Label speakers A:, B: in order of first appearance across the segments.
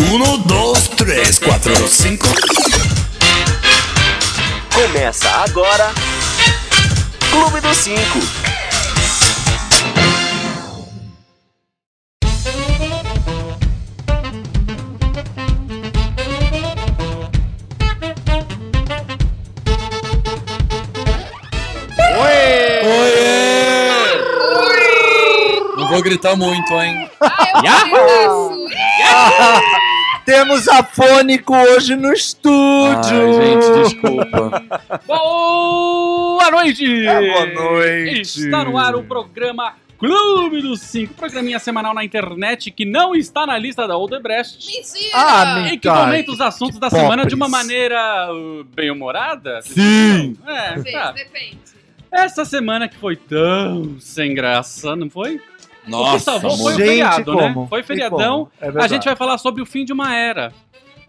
A: Um, dois, três, quatro, cinco.
B: Começa agora. Clube dos Cinco.
C: Oiê! Não vou gritar muito, hein?
D: Yahoo!
E: Temos afônico hoje no estúdio.
C: gente, desculpa.
D: Boa noite!
E: É, Boa noite.
D: Está no ar o programa Clube dos Cinco, programinha semanal na internet que não está na lista da Odebrecht
F: Mentira!
E: Ah,
D: e
E: me
D: que comenta os assuntos da semana
E: pobres.
D: de uma maneira uh, bem-humorada.
E: Sim.
D: É,
F: Fez,
D: tá.
F: depende.
D: Essa semana que foi tão sem graça, não foi? o que tá
C: Nossa,
D: salvou foi o
C: amor.
E: Gente,
D: feriado, né?
E: como?
D: Foi
E: E
D: feriadão.
E: como? É
D: A
E: verdade.
D: gente vai falar sobre o fim de uma era.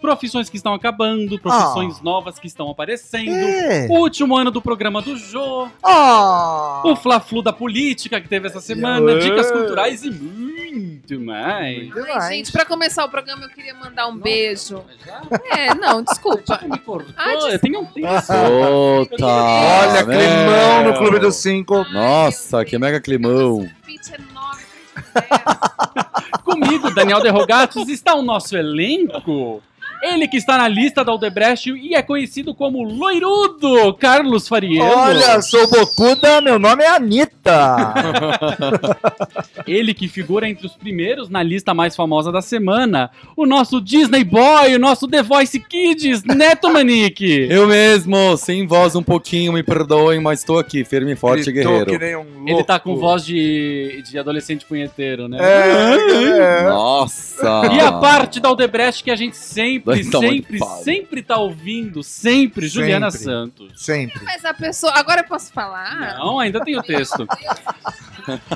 D: Profissões que estão acabando, profissões novas que estão aparecendo.
E: Ah. É.
D: O último ano do programa do Jô.
E: Ah.
D: O Fla-Flu da política que teve essa semana. Dicas culturais e muito mais.
E: Muito
F: Ai,
E: mais.
F: gente, pra começar o programa, eu queria mandar um beijo. É, não, desculpa.
D: Me cortou.
F: Ah, desculpa.
D: eu tenho um texto. Ah,
C: Solta!
D: Tá
E: Olha,
C: meu.
E: climão no Clube dos Cinco.
C: Nossa, que mega climão.
F: Um pitch enorme. gente,
D: Comigo, Daniel Derrogatos, está o nosso elenco. Ele que está na lista da Aldebrecht e é conhecido como Loirudo, Carlos Fariello.
E: Olha, sou Bocuda, meu nome é Anitta.
D: Ele que figura entre os primeiros na lista mais famosa da semana, o nosso Disney Boy, o nosso The Voice Kids, Neto Manique.
C: Eu mesmo, sem voz um pouquinho, me perdoem, mas estou aqui, firme e forte,
E: Gritou que
C: guerreiro.
E: nem um louco.
D: Ele tá com voz de, de adolescente punheteiro, né?
E: É, é.
C: Nossa!
D: E a parte da Aldebrecht que a gente sempre,
C: Ah. Então,
D: sempre,
C: muito padre.
D: sempre tá ouvindo, sempre, Juliana
E: Sempre.
D: Santos.
E: Sempre.
F: Mas a pessoa. Agora eu posso falar?
D: Não, ainda tem o texto.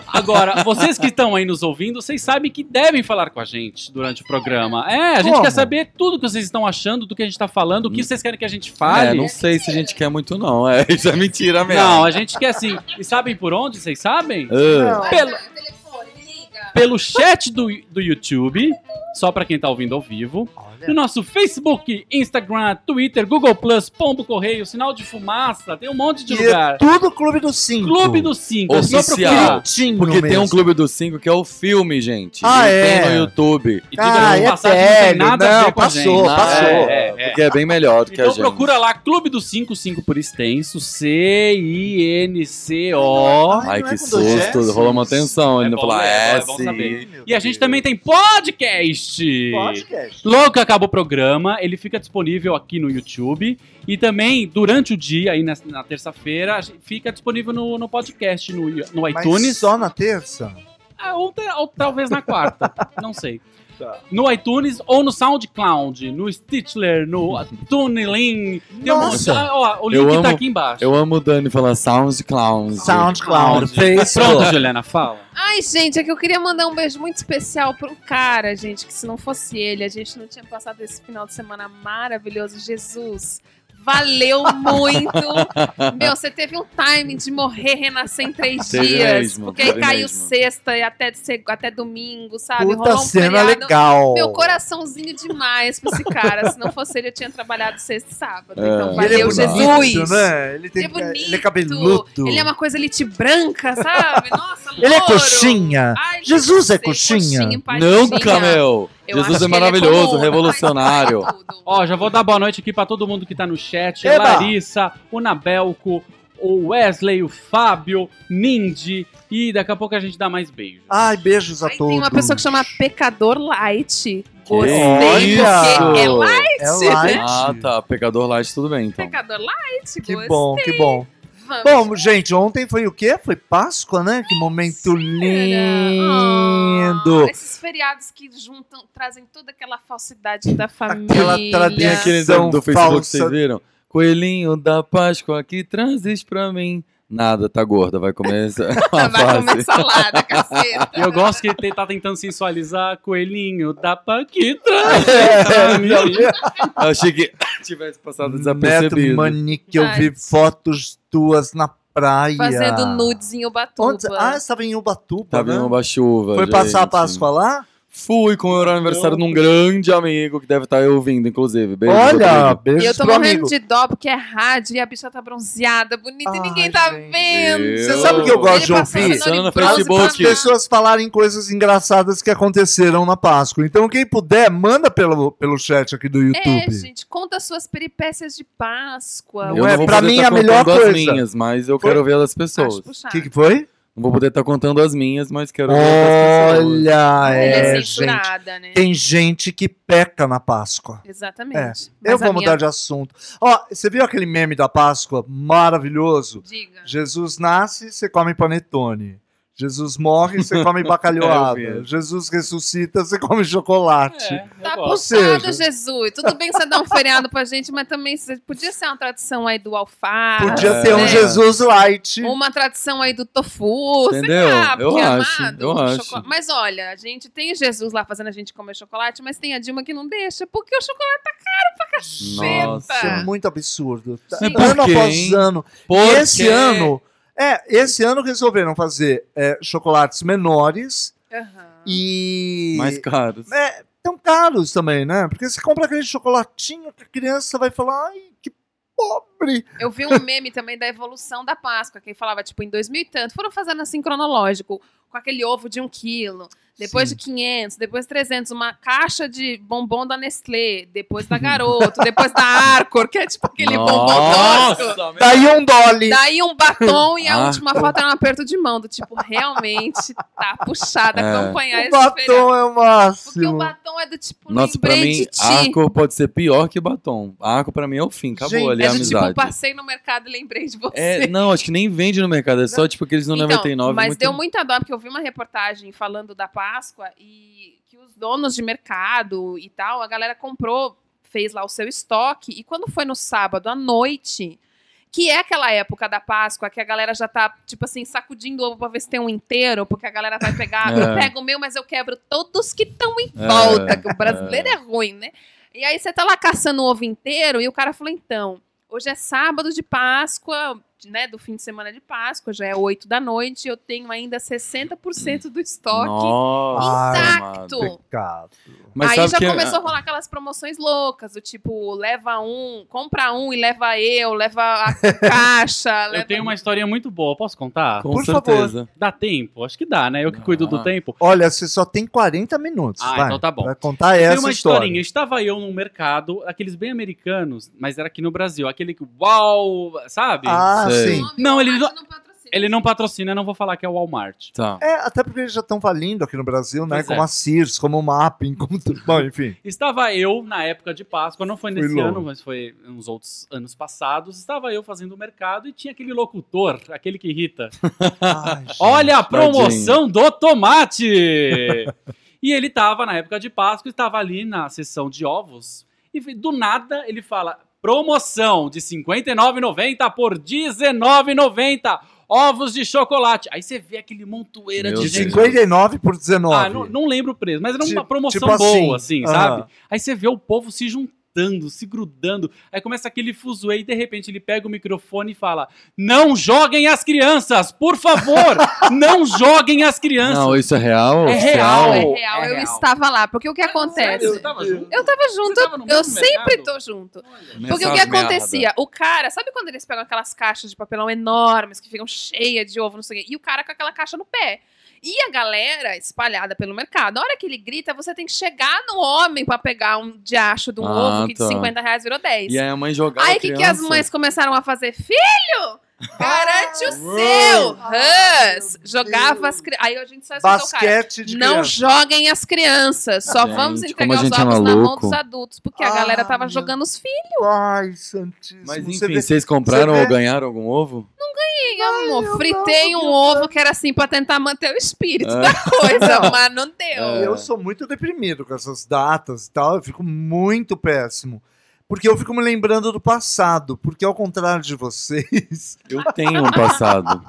D: Agora, vocês que estão aí nos ouvindo, vocês sabem que devem falar com a gente durante o programa. É, a gente
E: Como?
D: quer saber tudo que vocês estão achando do que a gente tá falando, o que vocês querem que a gente fale.
C: Hum. É, não sei se a gente quer muito, não. É, isso é mentira mesmo.
D: Não, a gente quer sim. E sabem por onde? Vocês sabem?
C: Ah,
F: Vai,
D: Pelo-
F: vai, telefone, liga.
D: Pelo chat do, do YouTube, só pra quem tá ouvindo ao vivo. No nosso Facebook, Instagram, Twitter, Google Plus, Pombo Correio, Sinal de Fumaça, tem um monte de
E: E é
D: lugar.
E: tudo Clube dos Cinco.
D: Clube dos Cinco, é só
C: Oficial.
D: procurar.
E: Cinco.
C: porque tem um
E: mesmo.
C: Clube dos Cinco que é o filme, gente.
E: Ah,
C: Não
E: é.
C: Tem no YouTube.
D: E
E: Ah,
D: diga-se de
E: é
D: passagem,
E: velho. Não, passou,
D: né?
E: passou.
D: É, é, é.
C: Porque é bem melhor do que a
D: Então
C: gente.
D: procura lá, Clube dos Cinco, Cinco por extenso, C-I-N-C-O.
C: Ai, que
E: não é com dois
C: susto,
E: S?
C: rolou uma tensão.
D: É
C: Ele não
D: bom,
C: falou,
D: é bom, é
C: é,
D: bom
C: sim.
D: saber.
E: Meu
D: E a gente
E: Deus.
D: também tem podcast.
E: Podcast.
D: Logo que acaba o programa, ele fica disponível aqui no YouTube e também durante o dia, aí na, na terça-feira, a gente fica disponível no, no podcast, no, no
E: Mas
D: iTunes.
E: só na terça?
D: Ah, Ou, te- ou talvez na quarta, não sei.
E: Tá.
D: No iTunes ou no SoundCloud, no Stitchler, no TuneIn. Tem um monte-
E: Nossa.
D: Ah, ó, o
C: Eu
D: link tá
C: amo-
D: aqui embaixo.
C: Eu amo o Dani falar Sound Clowns.
D: Pronto,
E: SoundCloud, Facebook.
D: Juliana, fala.
F: Ai, gente, é que eu queria mandar um beijo muito especial pro cara, gente, que se não fosse ele, a gente não tinha passado esse final de semana maravilhoso. Jesus, valeu muito! Meu, você teve um timing de morrer, renascer em três
C: Teve
F: dias.
C: mesmo,
F: porque aí
C: teve
F: caiu
C: mesmo.
F: sexta e até, seg- até domingo, sabe?
E: Puta
F: Rolou um
E: cena
F: feriado.
E: legal.
F: Meu coraçãozinho demais pra esse cara. se não fosse ele, eu tinha trabalhado sexta e sábado.
C: É.
F: Então,
E: E ele é
F: valeu,
E: bonito,
F: Jesus!
E: Né? Ele, tem,
F: Ele é bonito.
E: ele é cabeludo.
F: Ele é uma coisa elite branca, sabe? Nossa,
E: Ele é
F: louro.
E: coxinha.
F: Ai,
E: Jesus é
F: sei,
E: coxinha?
F: empadinha.
C: Nunca, meu!
F: Eu
C: Jesus
F: acho
C: é
F: que ele
C: maravilhoso,
F: comum.
C: revolucionário.
F: Ai, tudo.
D: Ó, já vou dar boa noite aqui pra todo mundo que tá no chat.
E: Eba!
D: Larissa, o Nabelco, o Wesley, o Fábio, Nindy. E daqui a pouco a gente dá mais beijos.
E: Ai, beijos a
F: Aí
E: todos.
F: tem uma pessoa que chama Pecador Light. Gostei,
C: isso?
F: porque é light.
E: É light.
C: Ah, tá. Pecador Light, tudo bem, então.
F: Pecador Light,
E: Que
F: gostei.
E: bom, que bom.
F: Vamos.
E: Bom, gente, ontem foi o quê? Foi Páscoa, né? Que momento lindo.
F: Ah, esses feriados que juntam, trazem toda aquela falsidade da família.
E: Aquela
C: Tem
E: tradição.
C: aquele do, do Facebook que
E: Falsa.
C: vocês viram? Coelhinho da Páscoa, que trazes pra mim? Nada, tá gorda, vai comer essa uma
F: Vai
C: fase.
F: comer salada, caceta.
D: Eu gosto que ele te- tá tentando sensualizar coelhinho da Paquita.
E: É,
D: Tá
C: Eu achei que tivesse passado
E: Neto
C: desapercebido.
E: Manique, eu vi
F: Verdade.
E: fotos tuas na praia.
F: Fazendo nudes em Ubatuba.
E: Onde- Ah, você estava em Ubatuba,
C: Tá
E: né?
C: vindo uma chuva,
E: Foi passar a
C: gente.
E: Páscoa lá?
C: Fui comemorar o aniversário num grande amigo que deve estar ouvindo, inclusive. Beijo,
E: Olha,
C: Rodrigo.
E: beijo
F: E eu tô
E: pro
F: morrendo
E: amigo.
F: de dó porque é rádio e a bicha tá bronzeada, bonita e
E: Ai,
F: ninguém tá
E: gente.
F: vendo.
C: Você
E: Você sabe o que eu gosto de
F: Ele passando
E: ouvir?
C: Passando no
F: olho
E: Pra
F: bronze
C: Facebook.
E: As pessoas falarem coisas engraçadas que aconteceram na Páscoa. Então, quem puder, manda pelo, pelo chat aqui do YouTube.
F: É, gente, conta suas peripécias de Páscoa.
C: Eu
E: Ué,
C: não vou
E: pra
C: poder
E: mim
C: tá
E: é a melhor
C: contando
E: coisa.
C: as minhas, mas eu
E: Foi-
C: quero ver as pessoas.
F: Acho puxado.
E: O que, que foi?
C: Não vou poder estar contando as minhas, mas quero ver as pessoas.
E: Olha,
F: Ela
E: é,
F: é
E: gente.
F: censurada, né?
E: Tem gente que peca na Páscoa.
F: Exatamente.
E: É, Eu vou mudar de assunto. Ó, você viu aquele meme da Páscoa maravilhoso?
F: Diga.
E: Jesus nasce, você come panetone. Jesus morre, você come
C: É, eu
E: bacalhoada.
C: vi.
E: Jesus ressuscita, você come chocolate.
D: É, eu
F: Tá
D: gosto.
E: Ou
F: puxado,
E: seja-
F: Jesus. Tudo bem que você dá um feriado pra gente, mas também você- podia ser uma tradição aí do alface.
E: Podia
C: Ah,
E: ter um
F: né?
E: Jesus light.
F: Uma tradição aí do tofu,
C: Entendeu?
F: sei lá,
C: Eu
F: porque é
C: acho,
F: amado,
C: eu acho.
F: choco- Mas olha, a gente tem Jesus lá fazendo a gente comer chocolate, mas tem a Dilma que não deixa, porque o chocolate tá
E: Isso é
C: Nossa.
E: muito absurdo. Tá-
C: Mas
E: Ano
C: por quê,
E: após
C: hein?
E: ano.
C: Por
E: E Esse
C: quê?
E: ano. É, esse ano resolveram fazer é, chocolates menores
F: Aham.
E: e.
C: Mais caros.
E: é, tão caros também, né? Porque você compra aquele chocolatinho que a criança vai falar, ai, que pobre.
F: Eu vi um meme também da evolução da Páscoa, que falava, tipo, em 2000 e tanto, foram fazendo assim cronológico, com aquele ovo de um quilo, depois
E: Sim.
F: de 500, depois 300, uma caixa de bombom da Nestlé, depois da Garoto, depois da Arcor, que é tipo aquele bombom
C: Nossa,
F: tóxico.
C: meu-
E: Daí um dolly.
F: Daí um batom e a
C: Ah.
F: última foto era um aperto de mão, do tipo, realmente tá puxada
C: É.
F: acompanhar
E: o
F: esse feriado.
E: batom é o
F: Porque o
E: máximo.
F: batom é do tipo,
C: Nossa, pra
F: lembrei
C: mim,
F: de ti.
C: a cor pode ser pior que batom. A cor pra mim é o fim, acabou
E: Gente,
C: ali
F: é
C: a
F: do tipo,
C: amizade.
F: passei no mercado e lembrei de você.
C: É, não, acho que nem vende no mercado, é só tipo aqueles no
F: Então,
C: 99.
F: mas
C: muito-
F: deu muita dó, porque eu vi uma reportagem falando da Páscoa e que os donos de mercado e tal, a galera comprou, fez lá o seu estoque, e quando foi no sábado à noite, que é aquela época da Páscoa que a galera já tá, tipo assim, sacudindo o ovo pra ver se tem um inteiro, porque a galera vai pegar,
C: É.
F: eu pego o meu, mas eu quebro todos que estão em
C: É,
F: volta, que o brasileiro é. ruim, né? E aí você tá lá caçando o ovo inteiro e o cara falou, então, hoje é sábado de Páscoa, né, do fim de semana de Páscoa, já é 8 da noite, eu tenho ainda 60% do estoque.
C: Nossa,
F: intacto.
C: amado.
E: Pecado.
C: Mas
F: Ah, aí
C: sabe
F: já
D: é-
C: que é?
F: começou a rolar aquelas promoções loucas, do tipo, leva um, compra um e leva eu, leva a caixa,
D: Eu
F: leva...
D: tenho uma historinha muito boa, posso contar?
C: Com
E: Por
C: certeza.
D: Dá tempo? Acho que dá, né? Eu que cuido do
C: Ah.
D: tempo.
E: Olha, você só tem 40 minutos.
D: Ah,
E: vai,
D: então tá bom.
E: Vai contar
D: Tem
E: essa
D: uma historinha.
E: história.
D: Estava eu num mercado, aqueles bem americanos, mas era aqui no Brasil. Aquele que, uau, sabe?
E: Ah,
C: Sei.
E: sim.
D: Não, ele
F: Walmart
D: não-
F: patrocina.
D: Ele não patrocina, não vou falar que é o Walmart.
C: Tá.
E: É, até porque eles já estão falindo aqui no Brasil, né?
D: Pois
E: como
D: é.
E: a Sears, como o Mapping, como tudo. Bom, enfim.
D: Estava eu na época de Páscoa, não foi
E: Foi
D: nesse
E: longe.
D: ano, mas foi uns outros anos passados. Estava eu fazendo o mercado e tinha aquele locutor, aquele que irrita.
E: Ai, gente.
D: Olha a promoção do tomate! e ele tava na época de Páscoa, estava ali na seção de ovos. E do nada ele fala: promoção de R$ 59,90 por R$ 19,90. Ovos de chocolate. Aí você vê aquele montoeira
C: Meu
D: de
E: de
C: Deus.
D: gente.
E: 59 por 19.
D: Ah, não, não lembro o preço, mas era uma
E: Tipo-
D: promoção
E: tipo assim,
D: boa, assim,
E: ah.
D: sabe? Aí você vê o povo se juntando, se grudando. Aí começa aquele fuzuê e de repente ele pega o microfone e fala: Não joguem as crianças, por favor! não joguem as crianças!
C: Não, isso é real?
D: É
C: oficial?
F: Não, é
D: real.
F: real,
D: É
F: eu
D: real.
F: estava lá, porque o que acontece?
D: Sério, você tava junto?
F: Eu tava junto,
D: Você tava no
F: eu
D: mesmo
F: sempre
D: mercado?
F: tô junto. Porque
C: Nessas
F: o que
C: merda.
F: acontecia? O cara, sabe quando eles pegam aquelas caixas de papelão enormes que ficam cheias de ovo, não sei o quê? E o cara com aquela caixa no pé. E a galera espalhada pelo mercado. A hora que ele grita, você tem que chegar no homem pra pegar um diacho de um
C: Ah,
F: ovo que de
C: tá.
F: 50 reais virou 10.
C: E aí a mãe jogava.
F: Aí
C: a
F: o que, que
C: criança.
F: as mães começaram a fazer? Filho! Garante o seu! Hans! Jogava as crianças. Aí a gente só escutou o cara.
E: Basquete de
F: Não
E: criança.
F: joguem as crianças, só
C: Gente,
F: vamos
C: como a
F: entregar os
C: gente
F: ovos
C: é
F: na mão
C: maluco.
F: dos adultos, porque a
E: Ah,
F: galera tava
E: meu.
F: jogando os filhos,
E: Ai, santíssimo.
C: Mas
E: Você
C: enfim,
E: vê-
C: vocês compraram
E: você
C: ou
E: vê-
C: ganharam algum ovo?
F: amor.
E: eu
F: Fritei
E: não,
F: um
E: meu
F: ovo que era assim pra tentar manter o espírito
C: Ah.
F: da coisa,
E: É. Não.
F: mas não deu.
C: É.
E: Eu sou muito deprimido com essas datas e tal. Eu fico muito péssimo. Porque eu fico me lembrando do passado. Porque ao contrário de vocês.
C: Eu tenho um passado.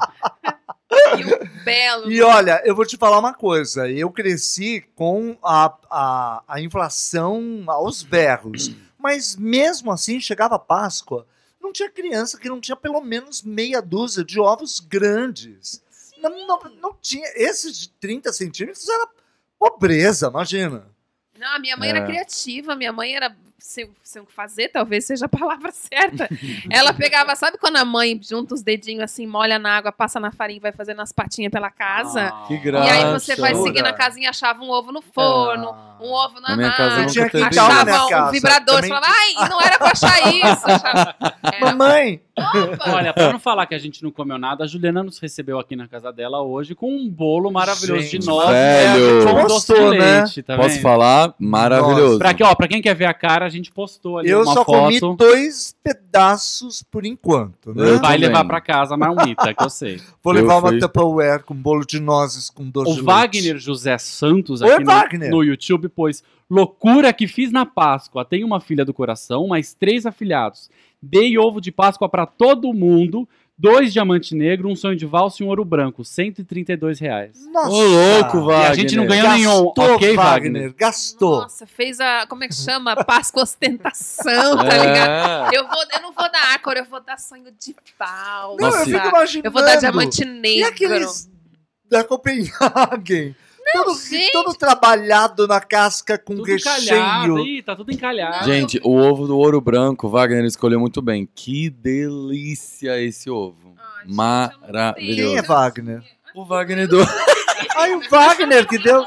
F: E um belo.
E: E olha, eu vou te falar uma coisa. Eu cresci com a, a, a inflação aos berros. Mas mesmo assim, chegava a Páscoa, não tinha criança que não tinha pelo menos meia dúzia de ovos grandes. Não, não, não tinha. Esses de 30 centímetros era Pobreza, imagina.
F: Não, a minha mãe
C: É.
F: era criativa, minha mãe era. Se, se eu fazer, talvez seja a palavra certa. Ela pegava, sabe quando a mãe junta os dedinhos assim, molha na água, passa na farinha e vai fazendo as patinhas pela casa?
D: Ah.
C: Que
F: e
C: graça.
F: aí você vai
E: jura?
F: seguindo a casinha, achava um ovo no forno,
E: Ah,
F: um ovo na,
C: Na minha casa
E: Eu
C: nunca
F: máquina,
E: tinha que
C: teve
E: achar
C: isso.
E: na minha
F: achava um
E: casa.
F: vibrador,
E: Também-
F: você falava, "É." ai, não era pra achar isso. Achava, era,
E: Mamãe,
F: opa,
D: Olha, pra não falar que a gente não comeu nada, a Juliana nos recebeu aqui na casa dela hoje com um bolo maravilhoso
E: Gente,
D: de é, nozes.
C: velho.
D: com
E: Gostou,
D: um doce de
E: né?
D: leite, tá
C: Posso
D: vendo?
C: falar? Maravilhoso.
D: Pra, que, ó, pra quem quer ver a cara, a gente postou ali
E: eu
D: uma
E: só
D: foto.
E: comi dois pedaços por enquanto, né?
C: Eu-
D: Vai
C: Também.
D: levar pra casa a marmita, que eu sei.
E: Vou
C: eu
E: levar uma
C: fui-
E: Tupperware com bolo de nozes com doce de
D: O
E: leite.
D: Wagner José Santos
E: Oi,
D: aqui no,
E: Wagner.
D: no YouTube pôs Loucura que fiz na Páscoa. Tenho uma filha do coração, mais três afilhados. Dei ovo de Páscoa pra todo mundo. Dois diamante negro, um sonho de valsa e um ouro branco. R$ 132 reais.
E: Nossa.
C: Ô, louco,
D: E
C: Wagner.
D: a gente não ganhou nenhum.
E: Gastou,
D: um- Ok, Wagner.
E: Wagner, gastou.
F: Nossa, fez a. Como é que chama? Páscoa ostentação, tá
C: É.
F: ligado? Eu, vou, eu não vou dar ácora, eu vou dar sonho de pau.
E: Não, eu
C: Nossa,
E: fico
F: tá?
E: imaginando.
F: Eu vou dar diamante
E: E
F: negro.
E: aqueles da Copenhagen? todo,
F: gente.
E: todo trabalhado na casca com
D: Tudo encalhado.
E: Um recheio.
D: Ih, tá tudo encalhado.
C: Gente, o ovo do ouro branco, Wagner escolheu muito bem. Que delícia esse ovo.
F: Ai, gente,
C: Maravilhoso.
E: Quem é Wagner?
C: O Wagner do.
E: Então, Ai, o Wagner que deu.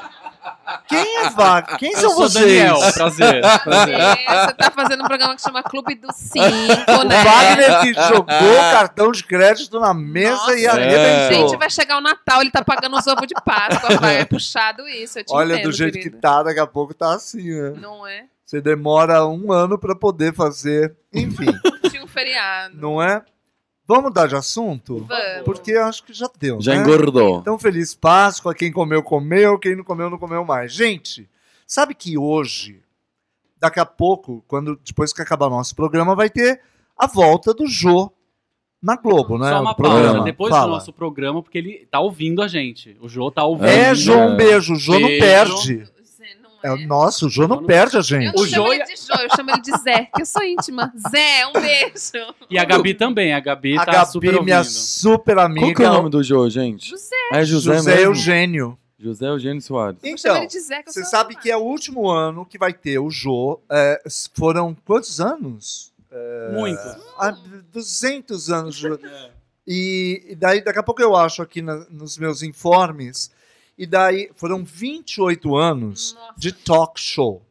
E: Quem é Wagner? Quem
D: Eu
E: são
D: sou
E: vocês?
D: Daniel, prazer. prazer.
F: É, Você tá fazendo um programa que chama Clube dos Cinco,
E: O
F: né?
E: Wagner que jogou o cartão de crédito na mesa
F: Nossa,
E: e
C: é.
E: arrebentou.
F: Gente, vai chegar o Natal, ele tá pagando os ovos de Páscoa, pai. É puxado isso, eu te
E: Olha,
F: entendo,
E: do jeito
F: querido.
E: que tá, daqui a pouco tá assim, né?
F: Não é?
E: Você demora um ano pra poder fazer. Enfim,
F: Tinha um feriado.
E: não é? Vamos mudar de assunto?
F: Vamos.
E: Porque eu acho que já deu.
C: Já
E: né?
C: engordou.
E: Então, feliz Páscoa. Quem comeu, comeu. Quem não comeu, não comeu mais. Gente, sabe que hoje, daqui a pouco, quando depois que acabar nosso programa, vai ter a volta do Jô na Globo, né?
D: Só uma
E: O programa.
D: pausa. Depois
E: Fala.
D: do nosso programa, porque ele tá ouvindo a gente. O Jô tá ouvindo.
E: É, Jô, um
C: É.
E: beijo. O Jô não
D: Beijo.
E: perde.
F: Zé, não
E: É,
F: é?
E: nossa, o Jô
D: Eu
E: não
D: não-
E: perde a
F: Eu
E: gente.
F: não
D: O
F: chamo
D: Jô-
F: ele de Jô, eu chamo ele de Zé, que eu sou íntima. Zé, um beijo.
D: E a Gabi também. A Gabi
E: A
D: tá super
E: Gabi,
D: ouvindo.
E: minha super
C: Qual que é o nome
E: amiga.
C: do Jô, gente?
F: José,
C: Ah, É José,
E: José
C: mesmo?
E: Eugênio.
C: José Eugênio Soares.
F: eu chamo
E: Então,
F: ele de Zé, que eu
E: você
F: sou
E: sabe
F: íntima.
E: que é o último ano que vai ter o Jô. é, foram quantos anos?
D: Muito.
E: há 200 anos. Ju. E, e daí, daqui a pouco eu acho aqui na- nos meus informes. E daí, foram 28 anos
F: Nossa.
E: de talk show.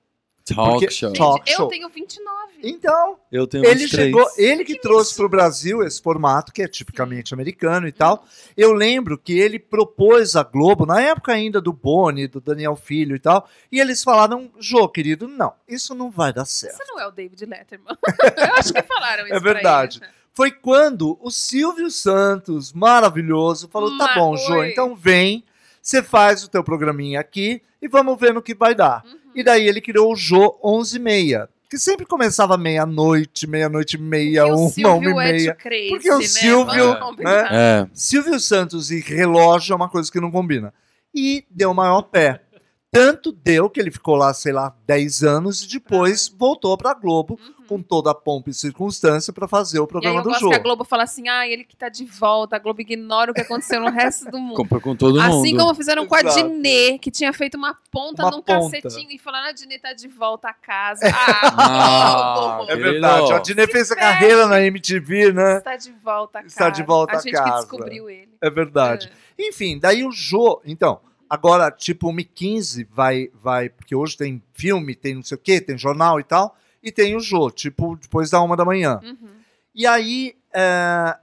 C: Talk
E: Porque-
C: show.
E: Talk
F: eu
E: show.
F: tenho 29.
E: Então,
C: Eu tenho
E: ele
C: 23.
E: chegou, ele que trouxe para o Brasil esse formato, que é tipicamente americano e tal. Eu lembro que ele propôs a Globo, na época ainda do Boni, do Daniel Filho e tal, e eles falaram: Jô, querido, não, isso não vai dar certo.
F: Você não é o David Letterman. eu acho que falaram isso.
E: É verdade.
F: Pra ele, né?
E: foi quando o Silvio Santos, maravilhoso, falou: tá
F: Mas
E: bom, Jô,
F: foi.
E: então vem, você faz o teu programinha aqui e vamos ver no que vai dar.
F: Uhum.
E: E daí ele criou o Jô 11h30, que sempre começava meia-noite, meia-noite e meia,
F: Porque o
E: uma,
F: Silvio
E: uma um e
F: é de
E: meia.
F: crazy,
E: Porque o
F: né?
E: Silvio,
F: Vamos combinar.
C: É.
E: Silvio Santos e relógio é uma coisa que não combina. E deu maior pé. Tanto deu que ele ficou lá, sei lá, 10 anos e depois voltou pra Globo
F: Uhum.
E: com toda a pompa e circunstância pra fazer
F: E
E: o
F: aí
E: programa
F: eu
E: do
F: gosto
E: Jô.
F: que a Globo fala assim, ah, ele que tá de volta, a Globo ignora o que aconteceu no resto do mundo.
C: Comprou com todo mundo.
F: Assim como fizeram com a
E: Exato.
F: Dinê, que tinha feito uma ponta
E: Uma
F: num
E: ponta.
F: cacetinho e falaram, ah, a Dinê tá de volta a casa. Ah,
C: Ah,
F: Globo,
E: É
C: Querido.
E: verdade. A Dinê fez a
F: fecha.
E: carreira na MTV, né?
F: está de volta a casa.
E: Está de volta
F: a
E: a
F: gente que
E: casa.
F: descobriu ele.
E: É verdade. Enfim, daí o Jô. Então, agora, tipo, 1h15 vai, vai. Porque hoje tem filme, tem não sei o quê, tem jornal e tal. E tem o Jô, tipo, depois da uma da manhã.
F: Uhum.
E: E aí, é,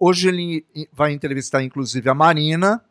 E: hoje ele vai entrevistar, inclusive, a Marina.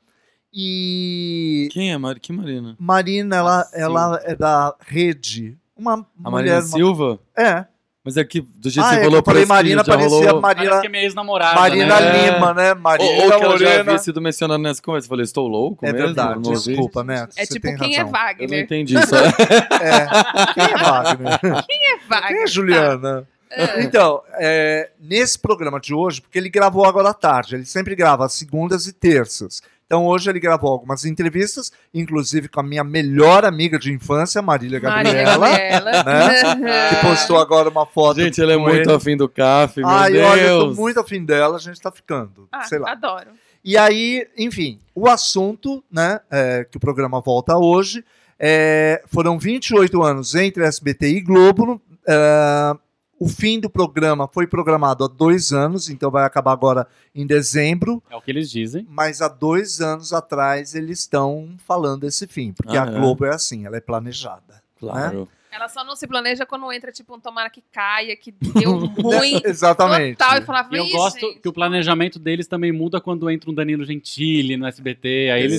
E: E.
C: Quem é? Mari- Que Marina?
E: Marina, ela,
D: Silva.
E: ela é da rede. Uma
C: Ah, A
E: mulher.
C: Marina
E: uma-
C: Silva?
E: É.
C: Mas aqui, do jeito
E: Ah,
C: que você
E: é que
C: falou,
E: eu falei
C: parece que
E: Marina,
C: já
E: parecia
C: rolou...
D: Parece
E: Marina,
D: que é minha ex-namorada,
E: Marina
D: né?
C: É.
E: Lima, né?
C: Ou,
E: Marina
C: ou que ela já
E: Lorena.
C: havia sido mencionada nessa conversa. Eu falei, estou louco
E: É
C: mesmo?
E: verdade,
C: Eu não ouvi.
E: desculpa, né?
F: É
E: Você
F: tipo,
E: tem
F: quem
E: razão.
F: é
C: Eu não
F: Wagner?
C: entendi isso. É.
E: É. Quem é Wagner?
F: Quem é Wagner?
E: Quem é Juliana?
F: Ah.
E: Então, é, nesse programa de hoje, porque ele gravou agora à tarde, ele sempre grava às segundas e terças. Então hoje ele gravou algumas entrevistas, inclusive com a minha melhor amiga de infância, Marília
F: Maria
E: Gabriela,
F: Gabriela.
E: né? que postou agora uma foto.
C: Gente, ela é
E: com
C: muito
E: ele.
C: afim do CAF, meu
E: Ai,
C: Deus.
E: olha, eu tô muito afim dela, a gente tá ficando.
F: Ah,
E: sei lá.
F: adoro.
E: E aí, enfim, o assunto, né, é, que o programa volta hoje É, foram 28 anos entre SBT e Globo. Ah, o fim do programa foi programado há dois anos, então vai acabar agora em dezembro.
D: É o que eles dizem.
E: Mas há dois anos atrás eles estão falando esse fim, porque
C: Ah,
E: a
C: é?
E: Globo é assim, ela é planejada. Né?
C: Claro.
F: Ela só não se planeja quando entra, tipo, um tomara que caia, que deu ruim
E: Exatamente.
F: total. E falava,
D: E eu
F: "Ih,
D: gosto
F: gente,
D: que o planejamento deles também muda quando entra um Danilo Gentili no SBT. Aí eles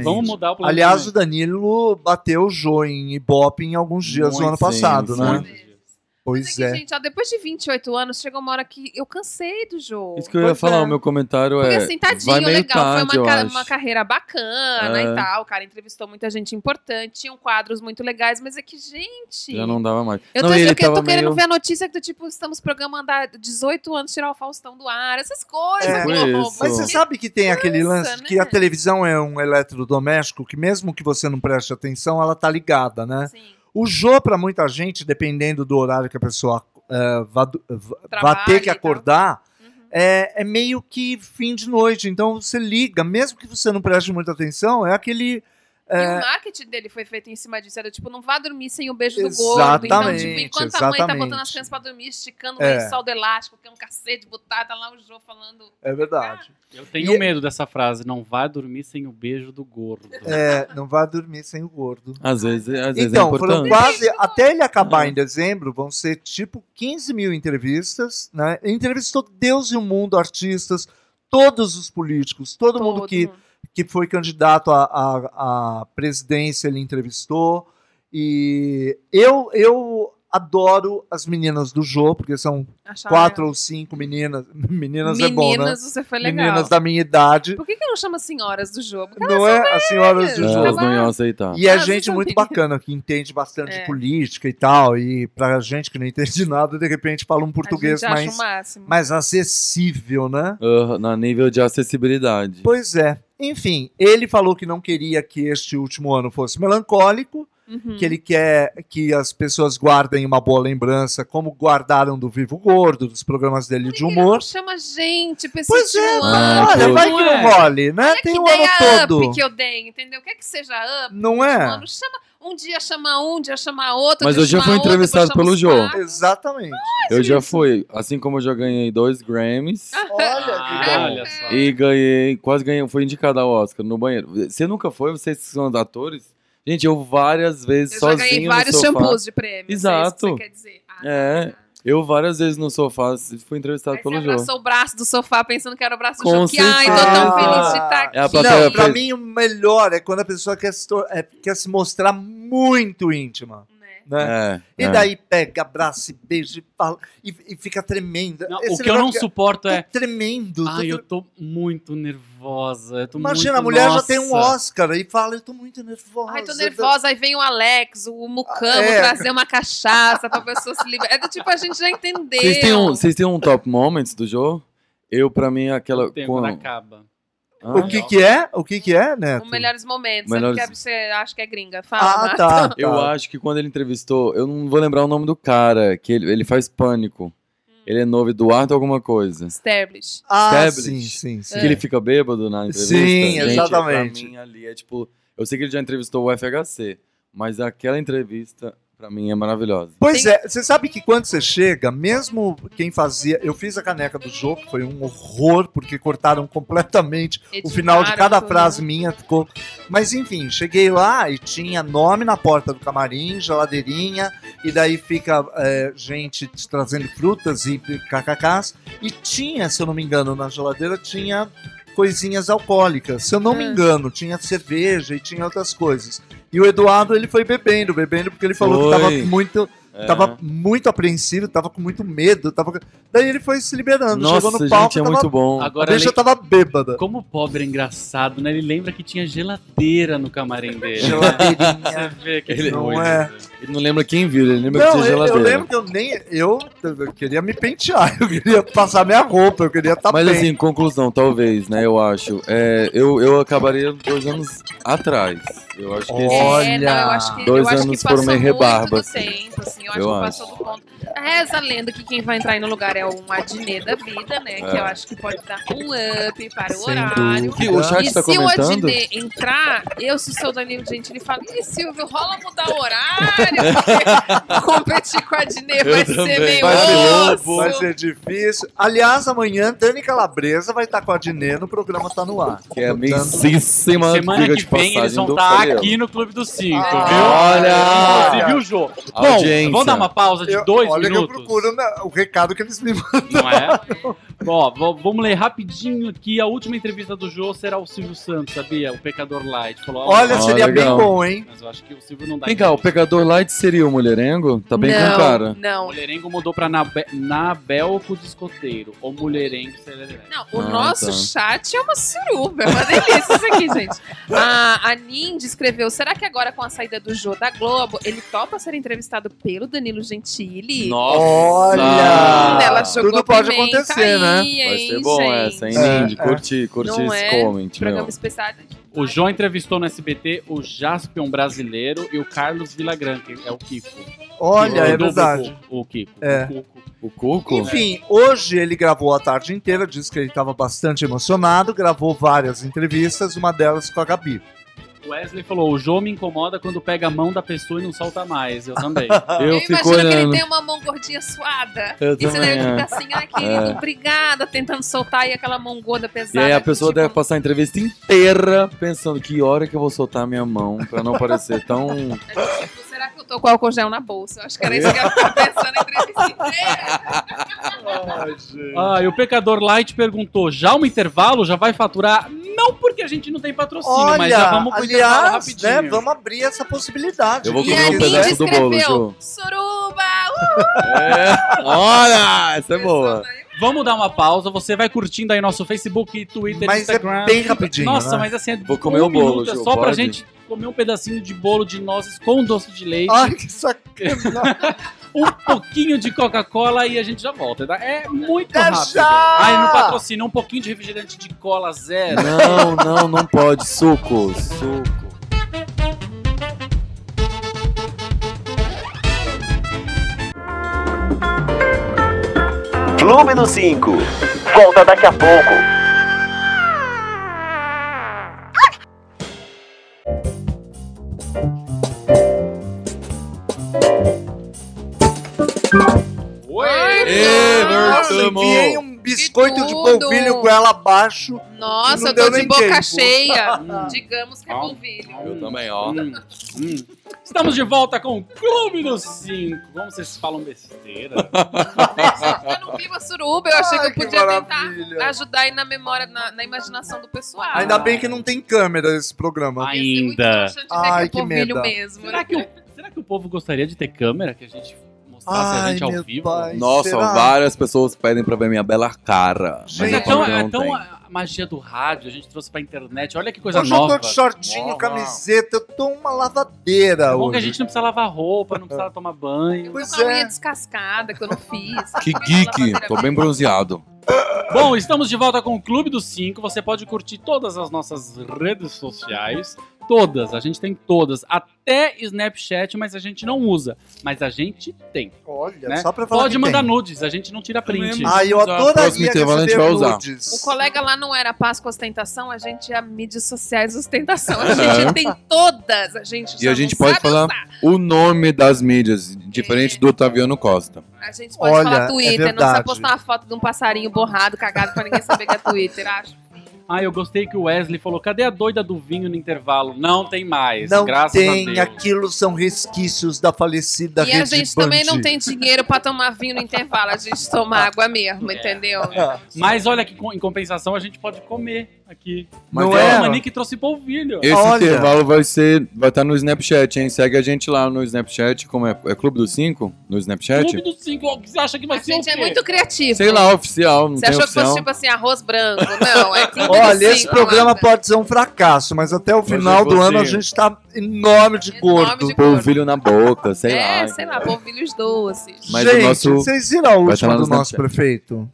D: uh, vamos mudar o planejamento.
E: Aliás, o Danilo bateu o Jô em Ibope em alguns dias
C: Muito
E: do ano
C: sim,
E: passado,
C: sim.
E: né?
F: Muito. Mas
E: Pois
F: que,
E: é.
F: gente, ó, depois de 28 anos, chegou uma hora que eu cansei do jogo.
C: Isso que eu ia
E: Pois
C: falar,
E: é.
C: o meu comentário
F: Porque
C: é.
F: assim, tadinho,
C: vai meio
F: legal.
C: tarde,
F: foi
C: eu
F: uma, ca-
C: acho.
F: uma carreira bacana
C: É.
F: e tal. O cara entrevistou muita gente importante, tinham quadros muito legais, mas é que, gente.
C: Já não dava mais.
F: Eu
C: não,
F: tô,
C: e
F: eu
C: ele
F: que- eu tô
C: tava
F: querendo
C: meio...
F: ver a notícia que do tipo, estamos programando há 18 anos tirar o Faustão do ar, essas coisas,
E: É,
F: Globo.
C: isso.
E: Mas você sabe que tem aquele
F: Cansa,
E: lance que
F: né?
E: a televisão é um eletrodoméstico que mesmo que você não preste atenção, ela tá ligada, né?
F: Sim.
E: O Jô, pra muita gente, dependendo do horário que a pessoa eh, vá, do- vá-
F: Trabalha
E: vá ter
F: e
E: que
F: tal.
E: acordar,
F: Uhum.
E: é, é meio que fim de noite. Então você liga, mesmo que você não preste muita atenção, é aquele.
F: E o marketing dele foi feito em cima disso. Era tipo, não vá dormir sem o beijo do gordo. Então, tipo,
E: Exatamente,
F: enquanto a mãe tá botando as
E: exatamente.
F: crianças pra dormir, esticando
E: É.
F: o lençol do elástico, que é um cacete, botar, tá lá o Jô falando.
E: É verdade.
D: Eu tenho
E: E-
D: medo dessa frase. Não vá dormir sem o beijo do gordo.
F: Ah.
E: É, não vá dormir sem o gordo.
C: Às vezes, às vezes é
E: então, foram
C: importante. Uhum.
E: quase. Até ele acabar em dezembro, vão ser tipo 15 mil entrevistas, né? Ele Entrevistou Deus e o mundo, artistas, todos os políticos, todo, mundo
F: todo
E: que,
F: mundo.
E: que foi candidato à, à, à presidência, ele entrevistou. E eu, eu adoro as meninas do Jô, porque são
F: Achava-
E: quatro ou cinco meninas. Meninas,
F: Ah, é. Meninas,
E: é bom, né?
F: você foi legal.
E: Meninas da minha idade.
F: Por que, que não chama senhoras do jogo?
E: Não é as senhoras do
F: velhas,
E: Jô.
C: Elas
F: Tá
C: não iam
F: bom.
C: aceitar.
E: E é
F: Ah, vocês
E: gente
F: são
E: muito
F: meninas.
E: bacana, que entende bastante
F: É.
E: de política e tal. E pra gente que não entende nada, de repente fala um português
F: a gente acha
E: mais,
F: o máximo.
E: mais acessível, né?
C: Aham, na nível de acessibilidade.
E: Pois é. Enfim, ele falou que não queria que este último ano fosse melancólico,
F: Uhum.
E: que ele quer que as pessoas guardem uma boa lembrança, como guardaram do Vivo Gordo, dos programas dele de
F: Por que que ele
E: humor.
F: não chama gente, pessoa
E: Pois é,
F: estimulante.
C: Ah,
E: olha,
C: pois.
E: vai que não
D: Não é.
E: role, né?
F: Não é
E: Tem
F: um que
E: o
F: dei a
E: ano todo.
F: up que eu dei, entendeu? Quer que seja up,
E: Não é?
F: mano, chama, um dia chama um, um dia chama outro.
C: Mas
F: outro
C: eu já
F: chama
C: fui
F: outro,
C: entrevistado
F: depois chama os
C: pelo Jô.
F: quatro.
E: Exatamente.
C: Eu já
F: isso.
C: fui, assim como eu já ganhei dois Grammys
E: Olha que
D: Ah,
E: bom.
D: olha só.
C: e ganhei, quase ganhei, fui indicada ao Oscar no banheiro. Você nunca foi? Vocês que são atores? Gente, eu várias vezes
F: Eu já
C: sozinho
F: ganhei
C: no
F: vários
C: sofá.
F: shampoos de prêmio. É isso que
C: Exato.
F: você quer dizer. Ah,
C: É. Eu várias vezes no sofá fui entrevistado
F: Aí você
C: pelo Jô.
F: abraçou o braço do sofá pensando que era o braço do
C: Com
F: Jô. Que, ai, tô
E: certeza.
F: tão feliz de estar aqui.
C: É a plateia
E: Ah. Não, pra
C: fez-
E: mim o melhor é quando a pessoa quer se, tor- é, quer se mostrar muito íntima,
F: Né?
E: né?
C: É,
E: E
C: é.
E: daí pega, abraça e beija e fala, e, e fica tremenda.
D: Não,
E: Esse
D: o que eu
E: negócio
D: não
E: fica-
D: suporto
E: tô
D: é.
E: tremendo. tô
D: Ai,
E: tre-
D: eu tô muito nervosa. eu tô
E: Imagina,
D: muito-
E: a mulher já
D: Nossa.
E: tem um Oscar e fala, eu tô muito nervosa. né?"
F: Ai, tô nervosa. Aí vem o Alex, o Mucamo,
E: É.
F: trazer uma cachaça pra pessoa se livrar. É do tipo, a gente já entendeu.
C: Vocês têm, um, vocês têm um top moments do Jô? Eu, pra mim, aquela...
D: O tempo
C: quando-
D: acaba.
C: Ah,
E: O que que é? O que que é, Neto?
F: Os melhores momentos.
C: Melhores-
F: Você, não quer, você acha que é gringa? Fala.
E: Ah,
F: Nath.
E: tá.
C: Eu
E: tá.
C: acho que quando ele entrevistou, eu não vou lembrar o nome do cara, que ele, ele faz pânico.
F: Hum.
C: Ele é novo, Eduardo alguma coisa.
F: Establish.
E: Ah,
C: Established.
E: sim, sim, sim.
C: Que
F: É.
C: ele fica bêbado na entrevista.
E: Sim,
C: Gente,
E: exatamente.
C: Pra mim, ali é tipo. Eu sei que ele já entrevistou o FHC, mas aquela entrevista, pra mim, é maravilhosa.
E: Pois
F: Tem-
E: é, você sabe que quando você chega, mesmo quem fazia. Eu fiz a caneca do jogo, foi um horror, porque cortaram completamente o final de cada frase minha. Ficou. Mas enfim, cheguei lá e tinha nome na porta do camarim, geladeirinha, e daí fica é, gente te trazendo frutas e kkks. E tinha, se eu não me engano, na geladeira tinha coisinhas alcoólicas. Se eu não me
F: Ah.
E: engano, tinha cerveja e tinha outras coisas. E o Eduardo, ele foi bebendo, bebendo, porque ele falou que
C: Foi.
E: tava muito
C: É.
E: Tava muito apreensivo, tava com muito medo. Tava... com- Daí ele foi se liberando.
C: Nossa,
E: chegou no palco,
C: gente, é
E: tava...
C: muito bom.
E: a
D: Agora,
E: deixa
D: ele-
E: tava bêbada.
D: como o pobre é engraçado, né? Ele lembra que tinha geladeira no camarim dele. Você
E: Geladeirinha.
D: vê que
C: Ele-
D: coisa.
E: Não é.
C: Ele não lembra quem viu, ele lembra que
E: Não,
C: tinha
E: eu, eu
C: geladeira.
E: lembro que eu nem. Eu, eu queria me pentear, eu queria passar minha roupa, eu queria estar
C: Mas
E: bem.
C: assim, conclusão, talvez, né? Eu acho. É, eu, eu acabaria dois anos atrás. Eu acho que esse-
E: Olha.
F: É, não, eu acho que,
C: Dois
F: eu acho
C: anos
F: que passou
C: foram meio rebarba,
F: muito do
C: assim.
F: tempo, assim. Eu acho
C: Eu
F: que
C: acho.
F: passou do ponto. Reza a lenda que quem vai entrar aí no lugar é um Adnet da vida, né? Que
C: É.
F: eu acho que pode dar um up para o
E: Sem
F: horário.
C: Que o chat
F: e
C: tá
F: se o
C: comentando.
F: Adnet entrar, eu, se sou o Danilo Gentili, falo, Ih, Silvio, rola mudar o horário, porque competir com o Adnet
C: Eu
F: vai
C: também.
F: ser meio
C: Vai ser
F: osso.
E: Vai ser difícil. Aliás, amanhã, Dani Calabresa vai estar com a Dinê no programa Tá No Ar.
C: Que é
E: Portanto,
C: mensíssima
D: Semana
C: diga
D: que
C: de
D: vem
C: passagem
D: eles vão
C: do
D: estar
C: Faleu.
D: aqui no Clube dos Cinco,
F: Ah,
C: Olha!
D: viu? Inclusive o jogo.
C: Audiência.
D: Bom, vamos dar uma pausa de
E: eu-
D: dois
E: olha
D: minutos.
E: que eu procuro na- o recado que eles me mandam.
D: Não é? Ó, v- vamos ler rapidinho aqui. A última entrevista do Jô será o Silvio Santos, sabia? O Pecador Light. Falou, ó,
E: Olha,
C: Ah,
E: seria
C: legal.
E: bem bom, hein?
D: Mas eu acho que o Silvio não dá.
C: Vem cá, o
D: entrevista.
C: pecador light seria o mulherengo? Tá bem
F: não,
C: com cara.
D: O
F: Não,
D: Mulherengo mudou pra Nabe Nabelco Discoteiro. Ou Mulherengo Sereré.
F: Não, o
C: Ah,
F: nosso
C: tá.
F: chat é uma suruba, é uma delícia isso aqui, gente. A, a Nindy escreveu: será que agora com a saída do Jô da Globo, ele topa ser entrevistado pelo Danilo Gentili? Hum,
E: Olha!
F: Ela jogou
E: Tudo pode
F: pimenta
E: acontecer,
F: aí,
E: né?
C: Vai
F: hein,
C: ser bom
F: gente?
C: essa, hein,
E: É,
C: Nindy?
E: é.
C: Curti, curti
F: Não
C: esse
F: é?
C: comment,
F: Programa
C: meu.
F: especial.
D: O João entrevistou no SBT o Jaspion brasileiro e o Carlos Vilagran, que é o Kiko.
E: Olha, é
D: Mudou o
E: verdade.
D: Cuco, O Kiko.
E: É.
D: O Cuco.
C: O Cuco?
E: Enfim, hoje ele gravou a tarde inteira, disse que ele estava bastante emocionado, gravou várias entrevistas, uma delas com a Gabi.
D: O Wesley falou: o Jô me incomoda quando pega a mão da pessoa e não solta mais. Eu também.
F: Eu,
C: Eu fico
F: imagino que ele
C: olhando.
F: tem uma mão gordinha suada.
C: Eu
F: e você deve
C: também,
F: ficar
C: é.
F: assim, ai, querido,
C: É.
F: obrigada, tentando soltar e aquela mão gorda
C: E
F: pesada.
C: aí a
F: que,
C: pessoa
F: tipo,
C: deve passar a entrevista inteira pensando que hora que eu vou soltar minha mão pra não parecer tão...
F: tipo, será que eu tô com álcool gel na bolsa? Eu acho que era isso que ela tava pensando a entrevista inteira.
D: Ah, e o Pecador Light perguntou: já um intervalo já vai faturar? Não porque a gente não tem patrocínio, mas já
E: Olha,
D: vamos pro intervalo
E: aliás,
D: rapidinho.
E: né, vamos abrir essa possibilidade.
C: Eu vou
F: E
C: comer
F: a
C: um
E: Quem
F: Nindy
C: pedaço
E: quiser-
C: do bolo,
F: escreveu,
C: Jô.
F: Suruba!
C: É. Olha, essa é boa.
D: Vamos dar uma pausa. Você vai curtindo aí nosso Facebook, Twitter,
E: Mas é
D: Instagram.
E: bem rapidinho,
D: Nossa,
E: né?
D: mas assim, é
C: Vou comer
D: um
C: o bolo,
D: minuto, é
C: Gil,
D: só pra
C: pode?
D: gente comer um pedacinho de bolo de nozes com doce de leite,
E: Ai, que sacanagem.
D: um pouquinho de Coca-Cola e a gente já volta. tá? É muito
E: É
D: rápido.
E: já!
D: Aí no patrocínio, um pouquinho de refrigerante de cola zero.
C: Não, não, não pode. Suco, suco.
B: Clube dos Cinco. Volta daqui a pouco.
D: Ué!
C: Ê,
E: Nossa,
C: voltamos.
E: enfiei um biscoito de
F: tudo.
E: polvilho com ela abaixo.
F: Nossa,
E: Não
F: eu tô
E: deu
F: de
E: nem
F: boca
E: tempo.
F: cheia.
D: Hum.
F: Digamos que é
D: Ah.
F: polvilho.
C: Eu também, ó.
D: Hum, hum. Estamos de volta com o Clube dos Cinco. Como vocês falam besteira.
F: Eu não vi uma suruba, eu achei que
E: Ai,
F: eu podia tentar
E: maravilha.
F: ajudar aí na memória, na, na imaginação do pessoal.
E: Ainda bem que não tem câmera esse programa.
F: Ia ser muito broxante ver
E: Ai,
F: é
E: que
F: polvilho
E: medo.
F: mesmo. né?
D: será, que o, será que o povo gostaria de ter câmera? Que a gente mostrasse a gente ao vivo?
C: Nossa,
E: será?
C: várias pessoas pedem pra ver minha bela cara. Mas
D: Mas
E: Gente,
D: é
C: eu
D: tão,
C: também
D: é
C: não
D: tão
C: tenho.
D: a a magia do rádio, a gente trouxe pra internet. Olha que coisa
E: Hoje eu tô
D: nova.
E: de shortinho,
C: Nova.
E: camiseta, eu tô uma
D: É
E: lavadeira
D: bom que a
E: hoje.
D: gente não precisa lavar roupa, não precisa tomar banho.
F: Eu tô
E: Pois
F: com a unha
E: é.
F: descascada, que eu não fiz.
C: Que geek, tô bem bronzeado.
D: Bom, estamos de volta com o Clube dos Cinco. Você pode curtir todas as nossas redes sociais. Todas, a gente tem todas. Até Snapchat, mas a gente não usa. Mas a gente tem.
E: Olha,
D: né?
E: só pra falar
D: Pode
E: que
D: mandar
E: tem.
D: nudes, a gente não tira print.
C: mesmo.
E: Ah, eu
C: Usar. Próximo é
E: adoraria
C: intervalo a gente
E: receber
C: vai usar.
E: nudes.
F: O
D: é
F: colega lá não era Páscoa Ostentação, a gente é mídias sociais ostentação. A gente tem todas, a gente
C: E
F: só
C: a
F: não
C: gente pode
F: sabe
C: falar-
F: usar.
C: O nome das mídias, diferente do Otaviano Costa.
F: A gente pode
E: Olha,
F: falar
E: é
F: Twitter, não precisa
E: verdade.
F: postar uma foto de um passarinho borrado, cagado, pra ninguém saber que é Twitter, acho.
D: Ah, eu gostei que o Wesley falou: cadê a doida do vinho no intervalo? Não tem mais.
E: Não
D: graças a
E: tem,
D: Deus.
E: aquilo são resquícios da falecida
F: e a
E: Rede
F: gente
E: Band. Ah.
F: também não tem dinheiro pra tomar vinho no intervalo, a gente toma água mesmo, entendeu?
E: É.
D: Mas olha que co- em compensação a gente pode comer aqui.
C: Mas
E: Não
C: ó,
E: é?
D: É, o Mani que trouxe polvilho.
C: Esse
E: Olha.
C: intervalo vai ser, vai estar no Snapchat, hein? Segue a gente lá no Snapchat, como é, é Clube dos Cinco? No
D: Clube
C: Snapchat?
D: dos Cinco, ó, você acha que vai
F: a
D: ser o
F: gente
D: quê?
F: é muito criativo.
C: Sei lá, oficial, não
F: Você
C: tem
F: achou que
C: oficial.
F: fosse tipo assim, arroz branco? Não, é tudo
E: Olha,
F: assim,
E: esse
F: não
E: programa
F: nada.
E: pode ser um fracasso, mas até o final do
C: você-
E: ano a gente tá enorme de
F: Enorme
E: gordo.
F: de
C: Um Polvilho na boca, sei
F: tipo é,
C: lá.
F: sei lá, polvilhos doces.
C: Mas
E: gente,
C: o nosso-
E: vocês viram a
C: Vai estar lá
E: última
C: no
E: do nosso
C: Snapchat.
E: prefeito?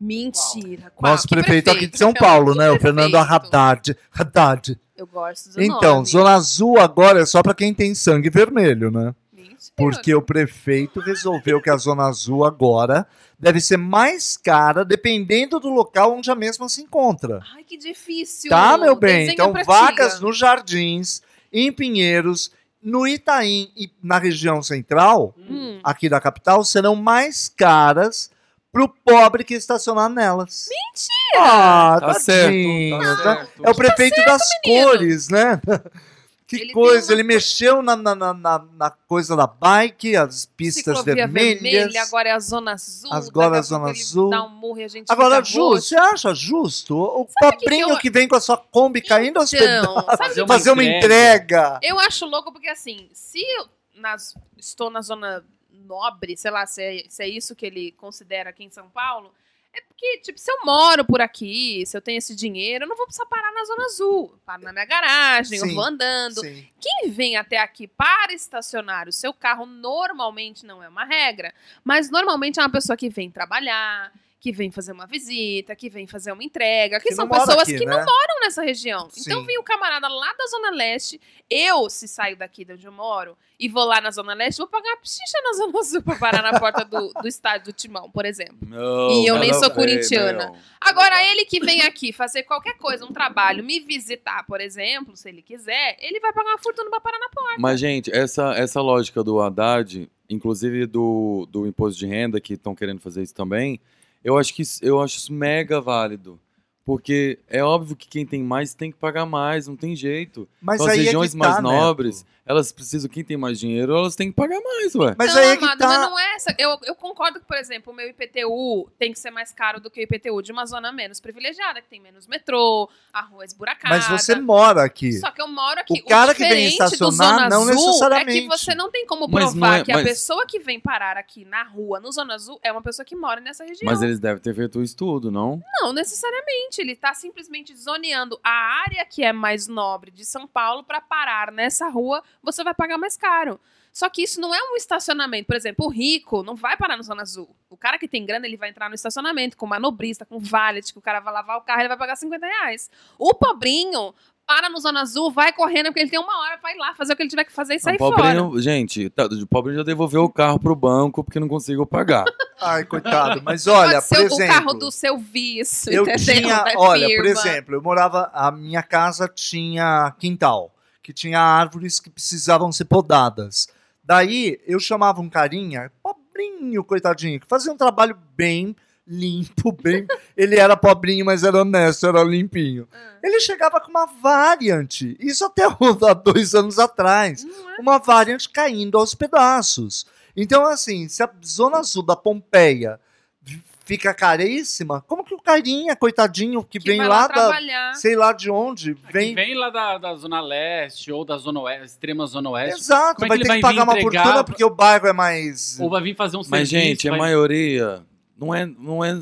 F: Mentira. Qual?
E: Nosso
F: Que
E: prefeito, aqui de São Paulo,
F: Que
E: né? O Fernando
F: prefeito?
E: Haddad. Haddad.
F: Eu gosto do
E: Então,
F: nome.
E: Zona Azul agora é só pra quem tem sangue vermelho, né?
F: Mentira. mentira.
E: Porque o prefeito resolveu que a Zona Azul agora deve ser mais cara, dependendo do local onde a mesma se encontra.
F: Ai, que difícil.
E: Tá, meu bem?
F: Desenha
E: Então,
F: é pra
E: vagas
F: tia.
E: nos jardins, em Pinheiros, no Itaim e na região central,
F: Hum.
E: aqui da capital, serão mais caras pro pobre que estacionar nelas. Mentira! Ah,
C: Tá
E: tadinho,
C: certo, tá
E: tá?
C: certo.
E: É o prefeito das
F: menino.
E: cores, né? Que
F: Ele tem
E: coisa,
F: uma-
E: ele mexeu na, na, na, na- na coisa da bike, as pistas
F: Ciclovia
E: vermelhas.
F: vermelha, agora é a Zona Azul.
E: Agora
F: daqui
E: a
F: pouco
E: Zona
F: ele
E: Azul.
F: Dá um murro e a gente
E: Agora,
F: fica
E: Ju,
F: roxo.
E: você acha justo? O
F: Sabe o que
E: papinho
F: que
E: que,
F: eu-
E: vem com a sua Kombi caindo aos pedaços,
F: Então, sabe
D: Fazer uma
E: fazer uma entrega.
F: Eu acho louco porque, assim, se eu nas- estou na zona nobre, sei lá, se é, se é isso que ele considera aqui em São Paulo, é porque, tipo, se eu moro por aqui, se eu tenho esse dinheiro, eu não vou precisar parar na zona azul. Eu Paro na minha garagem, eu
E: Sim,
F: vou andando.
E: Sim.
F: Quem vem até aqui para estacionar o seu carro, normalmente não é uma regra, mas normalmente é uma pessoa que vem trabalhar, que vem fazer uma visita, que vem fazer uma entrega, que,
E: Que
F: são
E: não mora
F: pessoas
E: aqui,
F: que
E: né?
F: não moram nessa região. Então
E: Sim.
F: vem o camarada lá da Zona Leste, eu, se saio daqui de onde eu moro, e vou lá na Zona Leste, vou pagar a pichincha na Zona Sul pra parar na porta do, do estádio do Timão, por exemplo.
C: Não,
F: E eu nem
C: nada
F: sou
C: a ver,
F: corintiana.
C: meu.
F: Agora, ele que vem aqui fazer qualquer coisa, um trabalho, me visitar, por exemplo, se ele quiser, ele vai pagar uma fortuna pra parar na porta.
C: Mas, gente, essa, essa lógica do Haddad, inclusive do, do imposto de renda, que estão querendo fazer isso também, eu acho que isso- eu acho isso mega válido. Porque é óbvio que quem tem mais tem que pagar mais, não tem jeito.
E: Mas
C: Então, as
E: aí é
C: regiões
E: que tá,
C: mais
E: Neto.
C: nobres, elas precisam, quem tem mais dinheiro, elas têm que pagar mais, ué.
E: Mas
F: não,
E: aí é que
F: amado,
E: tá.
F: mas não é essa. Eu, eu concordo que, por exemplo, o meu IPTU tem que ser mais caro do que o IPTU de uma zona menos privilegiada, que tem menos metrô, a rua é esburacada.
E: Mas você mora aqui.
F: Só que eu moro aqui.
E: O cara que vem
F: diferente do
E: estacionar,
F: Zona
E: não
F: Azul É
E: necessariamente.
F: que você não tem como
C: Mas não
F: provar
C: é-
F: que
C: mas-
F: a pessoa que vem parar aqui na rua, no Zona Azul, é uma pessoa que mora nessa região.
C: Mas eles devem ter feito o estudo, não?
F: Não, necessariamente. Ele tá simplesmente zoneando a área que é mais nobre de São Paulo para parar nessa rua, você vai pagar mais caro. Só que isso não é um estacionamento. Por exemplo, o rico não vai parar na Zona Azul. O cara que tem grana, ele vai entrar no estacionamento com manobrista, com valet, que o cara vai lavar o carro, ele vai pagar 50 reais. O pobrinho para no Zona Azul, vai correndo, porque ele tem uma hora pra ir lá fazer o que ele tiver que fazer e sair
C: o
F: fora.
C: pobrinho, Um gente, tá, o pobrinho já devolveu o carro pro banco porque não conseguiu pagar.
E: Ai, coitado. Mas olha,
F: Pode
E: por
F: ser
E: exemplo.
F: o carro do seu vício,
E: eu
F: entendeu?
E: tinha,
F: Da
E: olha, por
F: então, firma.
E: exemplo, eu morava, a minha casa tinha quintal, que tinha árvores que precisavam ser podadas. Daí eu chamava um carinha, pobrinho, coitadinho, que fazia um trabalho bem limpo, bem. ele era pobrinho, mas era honesto, era limpinho. Ele chegava com uma variant, isso até há dois anos atrás
F: Não é?
E: uma variante caindo aos pedaços. Então, assim, se a zona azul da Pompeia v- fica caríssima, como que o carinha, coitadinho, que, vem
F: vai
E: lá, da.
F: trabalhar.
E: sei lá de onde,
D: Vem,
E: vem.
D: vem lá da, da Zona Leste ou da Zona Oeste, extrema Zona Oeste.
E: Exato,
D: Como é que
E: vai
D: ele
E: ter
D: vai
E: que pagar
D: vir
E: uma
D: entregar pra-
E: fortuna porque o bairro é mais.
D: Ou vai vir fazer um
C: Mas,
D: serviço.
C: gente, é a
D: vai-
C: maioria não é, não é,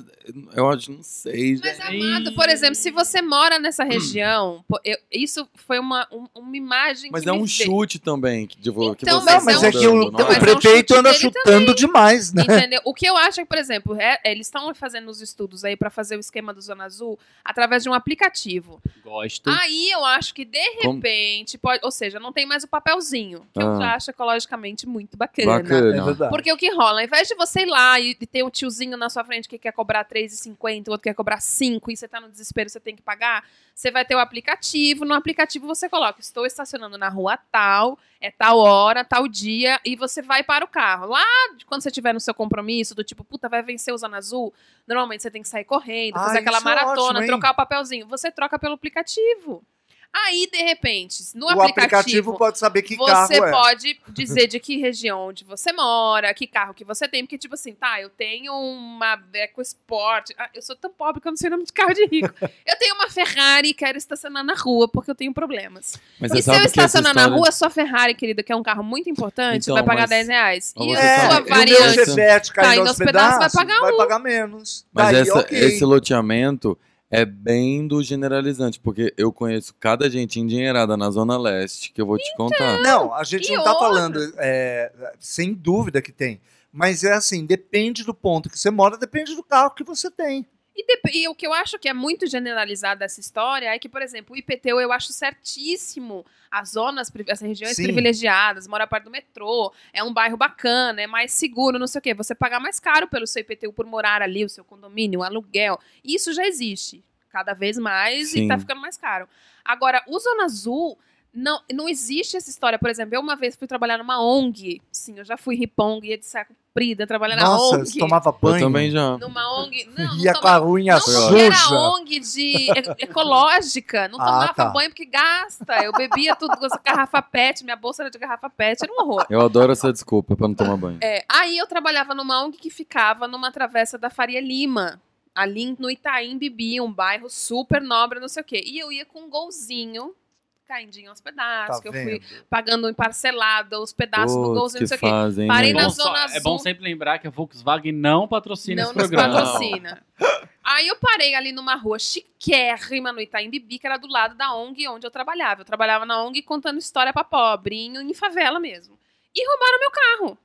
C: eu acho, não sei, gente.
F: Mas, amado, por exemplo, se você mora nessa
C: Hum.
F: região, pô, eu- isso foi uma, um- uma imagem
C: Mas
F: que
C: é
F: me
C: um
F: veio,
C: chute também que, de, vo- que
F: Então,
C: você
F: mas
E: Não, mas
F: é um
E: é que o,
F: chute, então,
E: o
F: mas é um
E: prefeito
F: chute
E: anda
F: dele
E: chutando demais, né?
F: Entendeu? O que eu acho é que, por exemplo, é- eles estão fazendo os estudos aí pra fazer o esquema do Zona Azul através de um aplicativo.
D: Gosto.
F: Aí eu acho que, de
C: Como-
F: repente, pode. Ou seja, não tem mais o papelzinho, que
C: Ah.
F: eu já acho ecologicamente muito
E: É
C: Bacana.
E: verdade.
F: Porque o que rola? Ao invés de você ir lá e ter um tiozinho na sua frente que quer cobrar R$3,50, o outro quer cobrar 5 e você tá no desespero, você tem que pagar, você vai ter o aplicativo. No aplicativo você coloca, estou estacionando na rua tal, é tal hora, tal dia, e você vai para o carro. Lá, de quando você tiver no seu compromisso, do tipo, puta, vai vencer o Zona Azul, normalmente você tem que sair correndo,
E: Ah,
F: fazer aquela
E: isso é ótimo,
F: maratona,
E: hein?
F: trocar o papelzinho. Você troca pelo aplicativo. Aí, de repente, no
E: o aplicativo pode saber que carro
F: você
E: é.
F: pode dizer de que região onde você mora, que carro que você tem, porque tipo assim, tá, eu tenho uma Beco Sport, Ah, eu sou tão pobre que eu não sei o nome de carro de rico. Eu tenho uma Ferrari e quero estacionar na rua porque eu tenho problemas.
C: Mas
F: e se eu
C: que essa
F: estacionar na
C: história-
F: rua, sua Ferrari, querida, que é um carro muito importante,
C: Então,
F: vai pagar
C: mas-
F: 10 reais.
C: mas
F: E
C: você
F: a
C: sabe-
F: sua
C: Eu
E: o
F: variante
E: meu Chevette caindo
F: caindo
E: aos
F: aos pedaços,
E: pedaços,
F: vai pagar
E: vai
F: um.
E: pagar menos.
C: Mas
E: Daí,
C: essa-
E: ok.
C: esse loteamento é bem do generalizante, porque eu conheço cada gente endinheirada na Zona Leste, que eu vou te
F: Então,
C: contar.
E: Não, a gente
F: E
E: não tá
F: outra?
E: falando, é, sem dúvida que tem. Mas é assim, depende do ponto que você mora, depende do carro que você tem.
F: E, dep- e o que eu acho que é muito generalizado dessa história é que, por exemplo, o IPTU eu acho certíssimo. As zonas, pri- as regiões
E: Sim.
F: privilegiadas, mora perto do metrô, é um bairro bacana, é mais seguro, não sei o quê. Você pagar mais caro pelo seu IPTU por morar ali, o seu condomínio, o aluguel. Isso já existe cada vez mais e
C: Sim.
F: tá ficando mais caro. Agora, o Zona Azul. Não, não existe essa história. Por exemplo, eu uma vez fui trabalhar numa ONG. Sim, eu já fui ripong, ia de saco comprida, trabalhar na
E: Nossa,
F: ONG.
E: você tomava banho.
C: Eu também já.
F: Numa ONG. Não, não
E: Ia
F: tomava
E: com a unha
F: não, porque era
E: suja.
F: ONG de e- ecológica. Não
E: Ah,
F: tomava
E: tá.
F: banho porque gasta. Eu bebia tudo com essa garrafa pet, minha bolsa era de garrafa pet, era um horror.
C: Eu adoro essa desculpa pra não tomar banho.
F: É, aí eu trabalhava numa ONG que ficava numa travessa da Faria Lima. Ali no Itaim Bibi, um bairro super nobre, não sei o quê. E eu ia com um golzinho, caindo aos pedaços,
E: Tá
F: que eu fui
E: vendo?
F: parcelado em parcelada, os pedaços do
C: Putz,
F: golzinho, não
C: que
F: sei o quê.
C: fazem, né?
F: Parei
D: É
F: na
D: bom,
F: zona
D: só- é
F: azul.
D: bom sempre lembrar que a Volkswagen não patrocina
F: não
D: esse
F: nos
D: programa.
F: patrocina. Aí eu parei ali numa rua chiquérrima no Itaim Bibi, que era do lado da ONG onde eu trabalhava. Eu trabalhava na ONG contando história pra pobrinho, em favela mesmo. E roubaram meu carro.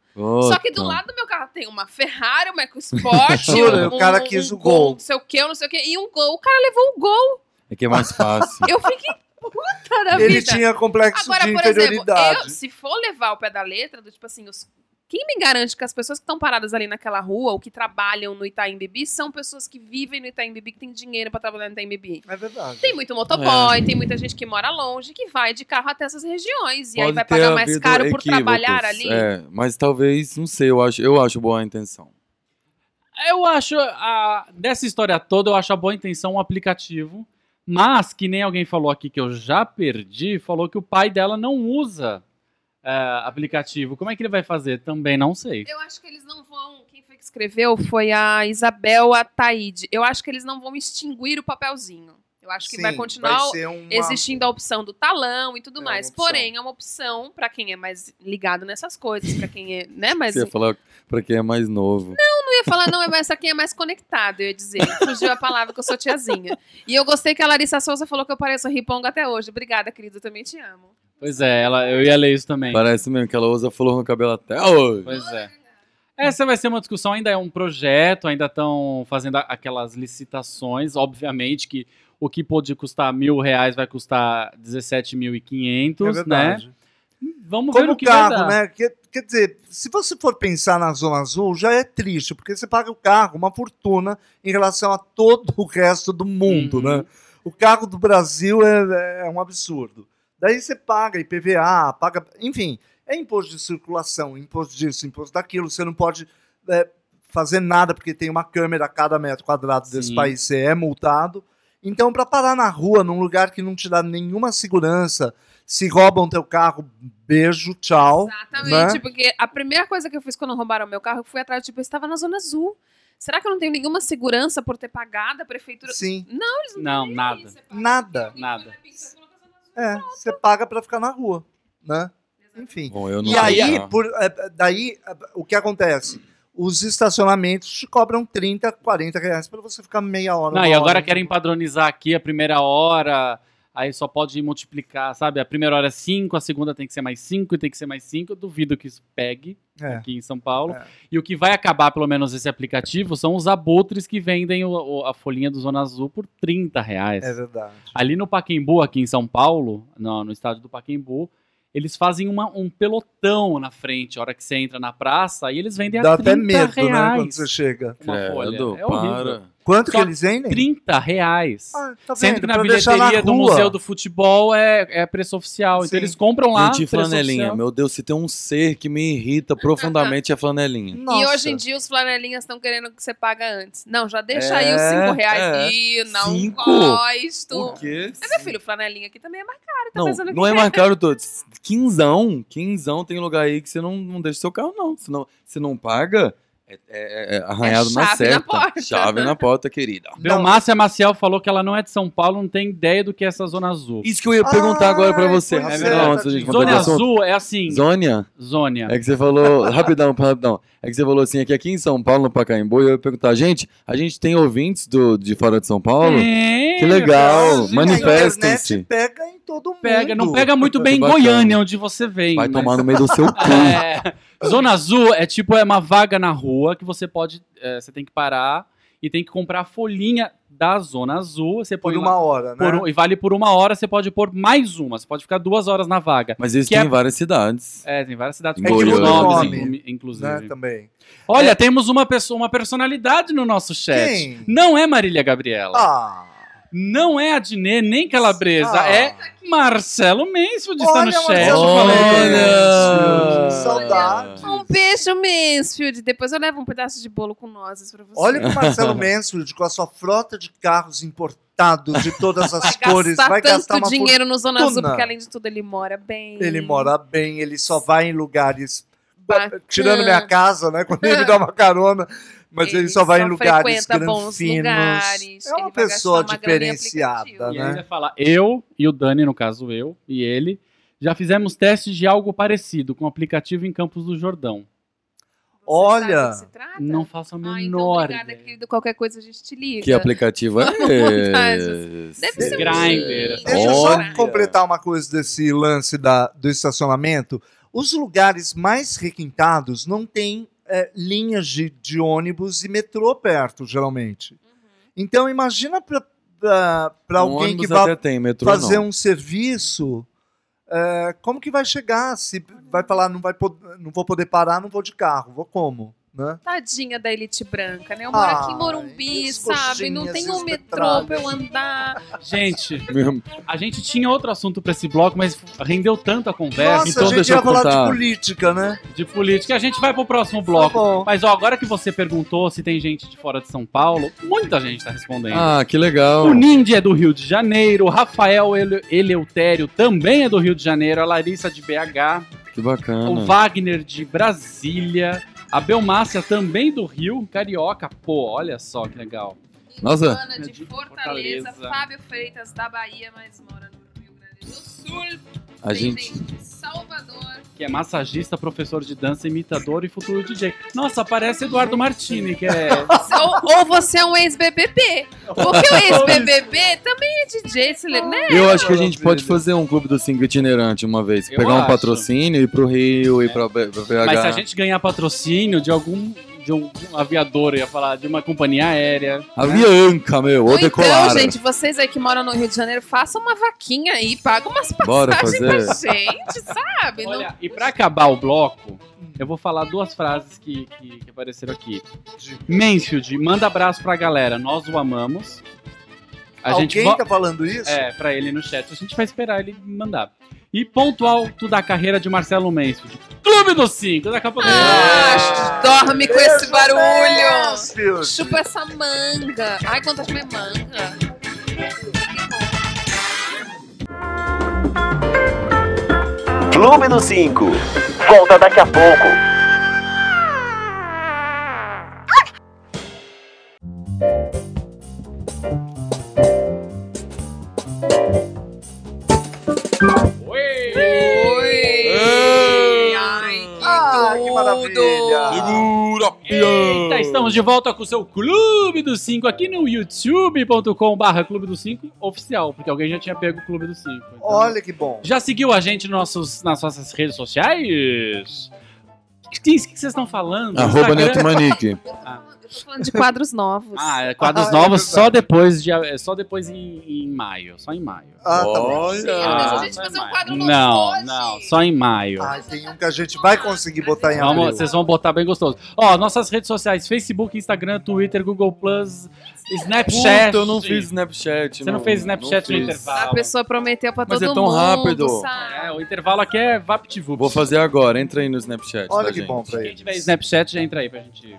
F: Só que do
C: Puta.
F: lado do meu carro tem uma Ferrari, uma EcoSport, um,
E: Jura? O cara quis o Gol.
F: Não sei o que, não sei o que. E um gol. O cara levou o gol.
C: É que é mais fácil.
F: Eu fiquei puta da
E: Ele
F: vida.
E: tinha complexo
F: Agora,
E: de
F: por exemplo, eu,
E: inferioridade.
F: se for levar o pé da letra, do tipo assim, os- quem me garante que as pessoas que estão paradas ali naquela rua ou que trabalham no Itaim Bibi são pessoas que vivem no Itaim Bibi, que têm dinheiro pra trabalhar no Itaim Bibi?
E: É verdade.
F: Tem muito motoboy,
C: É.
F: tem muita gente que mora longe, que vai de carro até essas regiões. E aí
C: Pode
F: vai
C: ter
F: pagar mais
C: havido
F: caro por
C: equívocos,
F: trabalhar ali.
C: É, mas talvez, não sei, eu acho, eu acho boa a intenção.
D: Eu acho, a, dessa história toda, eu acho a boa intenção um aplicativo. Mas, que nem alguém falou aqui que eu já perdi, falou que o pai dela não usa é, aplicativo. Como é que ele vai fazer? Também não sei.
F: Eu acho que eles não vão. Quem foi que escreveu foi a Isabel Ataíde. Eu acho que eles não vão extinguir o papelzinho. Eu acho que vai
E: Sim,
F: continuar
E: ser uma-
F: existindo a opção do talão e tudo
E: É,
F: mais.
E: uma opção.
F: Porém, é uma opção pra quem é mais ligado nessas coisas, pra quem é, né, mas
C: Você ia
F: eu
C: falar pra quem é mais novo.
F: não ia falar não, é mais pra quem é mais conectado, eu ia dizer. Fugiu a palavra que eu sou tiazinha. E eu gostei que a Larissa Souza falou que eu pareço riponga até hoje. Obrigada, querida, eu também te amo.
D: Pois é, ela, eu ia ler isso também.
C: Parece mesmo que ela usa flor no cabelo até hoje.
D: Pois é. Essa vai ser uma discussão, ainda é um projeto, ainda estão fazendo a- aquelas licitações, obviamente que o que pôde custar mil reais vai custar
E: É
D: 17.500, né?
E: verdade.
D: Vamos ver
E: Como
D: o
E: o
D: que vai
E: carro,
D: dar.
E: né? Quer, quer dizer, se você for pensar na Zona Azul, já é triste, porque você paga o carro uma fortuna em relação a todo o resto do mundo,
D: Uhum.
E: né? O carro do Brasil é, é um absurdo. Daí você paga IPVA, paga. Enfim, é imposto de circulação, imposto disso, imposto daquilo. Você não pode é, fazer nada porque tem uma câmera a cada metro quadrado desse
D: Sim.
E: país, você é multado. Então, para parar na rua, num lugar que não te dá nenhuma segurança, se roubam teu carro, beijo, tchau.
F: Exatamente,
E: Né?
F: Ah, tá, porque a primeira coisa que eu fiz quando roubaram meu carro, eu fui atrás, tipo, eu estava na zona azul. Será que eu não tenho nenhuma segurança por ter pagado a prefeitura? é
E: Sim,
D: Não, nada.
E: Nada.
D: Nada.
E: é, você paga para ficar na rua, né? Enfim.
C: Bom, eu não
E: E
C: sei
E: aí,
C: lá.
E: por, é, é, daí, é, o que acontece? Os estacionamentos te cobram 30, 40 reais para você ficar meia hora.
D: Não,
E: uma
D: e agora
E: hora.
D: querem padronizar aqui a primeira hora, aí só pode multiplicar, sabe? A primeira hora é 5, a segunda tem que ser mais 5 e tem que ser mais 5. Eu duvido que isso pegue
E: É.
D: aqui em São Paulo.
E: É.
D: E o que vai acabar, pelo menos, esse aplicativo são os abutres que vendem o- o- a folhinha do Zona Azul por 30 reais.
E: É verdade.
D: Ali no Paquembu, aqui em São Paulo, no, no estádio do Paquembu, eles fazem uma- um pelotão na frente, a hora que você entra na praça, e eles vendem
E: Dá
D: a 30
E: até medo,
D: reais.
E: né, quando você chega.
D: uma folha.
C: Credo,
D: É horrível.
C: para.
E: Quanto que
D: Só
E: eles vendem?
D: 30 reais.
E: Ah, tá
D: Sendo
E: vendo?
D: que na
E: Pra deixar na
D: bilheteria do
E: rua.
D: Museu do Futebol é, é preço oficial.
E: Sim.
D: Então eles compram lá.
C: Gente,
D: preço
C: flanelinha.
D: oficial.
C: Meu Deus, se tem um ser que me irrita profundamente é flanelinha.
F: E
E: Nossa.
F: hoje em dia os flanelinhas estão querendo que você paga antes. Não, já deixa aí os
C: É,
F: 5 reais.
C: é.
F: Ih, não
C: Cinco?
F: gosto.
C: quê?
F: É meu filho, flanelinha aqui também é mais caro. Tá
C: Não,
F: pensando que
C: não é mais caro todo. Quinzão, quinzão tem lugar aí que você não, não deixa seu carro, não. Se não, se não paga, é, é- é arranhado
F: É
C: na
F: chave na
C: certa.
F: porta.
C: Chave na porta, querida.
D: Viu? Márcia Maciel falou que ela não é de São Paulo, não tem ideia do que é essa Zona Azul.
C: Isso que eu ia perguntar
E: Ah,
C: agora pra você.
E: pois
D: é,
C: Rapidão,
E: verdade.
C: antes da gente mudar de
D: Zona
C: assunto.
D: Azul é assim.
C: Zônia?
D: Zônia.
C: É que você falou, rapidão, rapidão. É que você falou assim, é que aqui em São Paulo, no Pacaembu, eu ia perguntar, gente, a gente tem ouvintes do, de fora de São Paulo?
D: É,
C: Que legal,
D: verdade.
E: A
C: manifestem-se.
E: internet pega em todo mundo.
D: Pega, não pega muito bem em
C: Bacana.
D: Goiânia, onde você vem.
C: Vai
D: mas-
C: tomar no meio do seu cu.
D: É, Zona Azul é tipo é uma vaga na rua que você pode, é, você é, tem que parar e tem que comprar a folhinha da Zona Azul. Você
E: Por
D: põe
E: uma hora, né?
D: por um- e vale por uma hora, você pode pôr mais uma. Você pode ficar duas horas na vaga.
C: Mas isso
D: Que
C: tem
D: é-
C: em várias cidades.
D: É, tem várias cidades
C: É que muda o
D: nomes,
E: nome,
D: inclu- inclusive.
E: né, também.
D: Olha, temos uma, pessoa, uma personalidade no nosso chat.
E: É. Quem?
D: Não é Marília Gabriela.
E: Ah,
D: Não é Adnê, nem Calabresa.
E: Ah.
D: É Marcelo Mansfield está
E: Olha,
D: no chat.
E: Marcelo
C: Olha!
E: Mansfield, saudades.
F: Um beijo, Mansfield. Depois eu levo um pedaço de bolo com nozes pra você.
E: olha pro Marcelo Mansfield com a sua frota de carros importados de todas as
F: vai
E: cores.
F: gastar
E: vai
F: tanto
E: gastar uma fortuna.
F: dinheiro no Zona Azul,
E: fortuna.
F: porque além de tudo ele mora bem.
E: Ele mora bem, ele só vai em lugares.
F: Bacana.
E: Tirando minha casa, né? Quando ele me dá uma carona. Mas ele, só vai em lugares
F: É. frequenta bons
E: granfinos.
F: lugares,
E: é uma
F: ele vai
E: pessoa
F: gastar uma graninha
E: diferenciada,
D: E
F: aplicativo.
E: né?
D: ainda falar, eu e o Dani, no caso eu e ele, já fizemos testes de algo parecido com um aplicativo em Campos do Jordão.
F: Você
E: Olha.
F: sabe do que se trata?
D: Não faço a menor
F: ah, então obrigada,
D: ideia.
F: querido. Qualquer coisa a gente te liga.
C: Que aplicativo é
F: Vontade.
C: esse?
F: Deve ser um
D: Grindr.
F: jeito.
E: Deixa eu só
F: Olha.
E: completar uma coisa desse lance da, do estacionamento. Os lugares mais requintados não têm é, linhas de, de ônibus e metrô perto,
F: Uhum.
E: geralmente. Então, imagina para
C: Um
E: alguém que
C: ônibus
E: vai
C: até tem, metrô
E: fazer
C: não.
E: um serviço, é, como que vai chegar? Se vai falar, não, vai pod- não vou poder parar, não vou de carro, vou como? Né?
F: Tadinha da elite branca, né? Eu moro aqui em
E: Ai,
F: Morumbi,
E: as
F: sabe? Não
E: coxinhas
F: tem um metrô
E: espetradas.
F: pra eu andar.
D: Gente,
E: um
D: a gente tinha outro assunto pra esse bloco, mas rendeu tanto a conversa
E: Nossa,
C: então
E: a gente
C: deixa
E: ia
C: eu
E: falar
C: contar.
E: de política, né?
D: de política. A gente vai pro próximo
E: Tá
D: bloco.
E: bom.
D: Mas ó, agora que você perguntou se tem gente de fora de São Paulo, muita gente tá respondendo.
C: Ah, que legal.
D: O Nindy é do Rio de Janeiro, o Rafael Ele- Eleutério também é do Rio de Janeiro, a Larissa de BH,
C: Que bacana.
D: o Wagner de Brasília, a Belmácia também do Rio, carioca, pô, olha só que legal.
C: Nossa.
F: Ana de
D: De
F: Fortaleza,
D: Fortaleza.
F: Fábio Freitas da Bahia, mas mora no Rio Grande do Sul.
C: A
F: Tem
C: gente.
F: de Salvador.
D: Que é massagista, professor de dança, imitador e futuro DJ. Nossa, parece Eduardo Martini, que é.
F: ou, ou você é um ex-BBB. Porque o ex-BBB também é DJ, se lembra, né?
C: Eu acho que a gente
E: Maravilha.
C: pode fazer um clube do cinco itinerante uma vez.
D: Eu
C: Pegar um
D: acho.
C: patrocínio, ir pro Rio, ir pra, B- pra BH.
D: Mas se a gente ganhar patrocínio de algum. De um aviador, eu ia falar, de uma companhia aérea. né?
C: Avianca, meu, ou
F: Ou
C: decolar. né?
F: então, gente, vocês aí que moram no Rio de Janeiro, façam uma vaquinha aí, pagam umas
C: Bora
F: passagens pra
C: fazer.
F: gente, sabe? Não-
D: Olha, e pra acabar o bloco, eu vou falar duas frases que, que, que apareceram aqui. Mansfield, manda abraço pra galera, nós o amamos. A gente
E: Alguém
D: vo-
E: tá falando isso?
D: É, pra ele no chat. A gente vai esperar ele mandar. E ponto alto da carreira de Marcelo Mansfield. Clube dos Cinco, daqui a pouco.
F: Ah, dorme com esse barulho.
E: Mansfield.
F: Chupa essa manga. Ai, quantas minha manga.
B: Clube do 5. Volta daqui a pouco.
F: Oi. Ai, que
E: Ah, que
F: tudo.
E: maravilha.
C: Segura,
D: Eita, estamos de volta com o seu Clube dos Cinco aqui no youtube.com/barra Clube dos Cinco oficial, porque alguém já tinha pego o Clube dos Cinco. então-
E: Olha que bom.
D: Já seguiu a gente nos nossos, nas nossas redes sociais? O que, que vocês estão falando?
C: Arroba
D: Instagram?
C: Neto Manique.
F: Eu tô falando- eu tô falando de quadros novos.
D: Ah, é, quadros
E: Ah, é
D: novos só
E: verdade.
D: depois, de, é só depois em, em maio. Só em maio.
E: Ah, tá bom.
F: Sim,
C: Olha.
F: mas a
D: Ah,
F: gente
D: só em
F: fazer um
D: maio.
F: quadro novo
D: Não,
F: hoje.
D: não, só em maio.
E: Ah, é tem um que a gente vai conseguir botar em
D: Vamos-
E: abril.
D: vocês vão botar bem gostoso. Ó, nossas redes sociais: Facebook, Instagram, Twitter, Google Plus, Snapchat.
C: Puta, eu não fiz Snapchat.
D: Você não fez Snapchat no
C: fiz.
D: intervalo.
E: é.
F: A pessoa prometeu pra
C: Mas
F: todo
C: é tão
F: mundo,
C: rápido.
F: sabe?
D: É, o intervalo aqui é VaptVup.
C: Vou fazer agora, entra aí no Snapchat.
E: Olha
C: da
E: que
C: gente. né?
E: bom pra
D: Quem
E: eles.
D: tiver Snapchat já entra aí pra gente.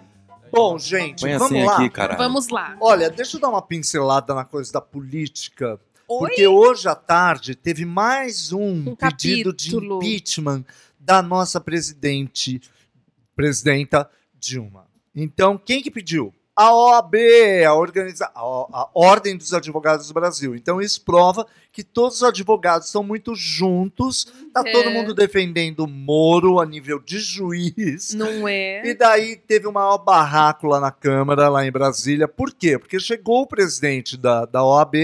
E: Bom, gente,
C: Põe
E: vamos
C: assim
E: lá.
C: aqui, caralho.
F: Vamos lá.
E: Olha, deixa eu dar uma pincelada na coisa da política.
F: Oi?
E: Porque hoje à tarde teve mais um,
F: Um
E: pedido de
F: capítulo.
E: impeachment da nossa presidente, presidenta Dilma. Então, quem que pediu? A OAB, a, organiza... a, O- a Ordem dos Advogados do Brasil. Então, isso prova que todos os advogados estão muito juntos. Tá
F: É.
E: todo mundo defendendo o Moro a nível de juiz.
F: Não é?
E: E daí teve o maior barraco lá na Câmara, lá em Brasília. Por quê? Porque chegou o presidente da, da OAB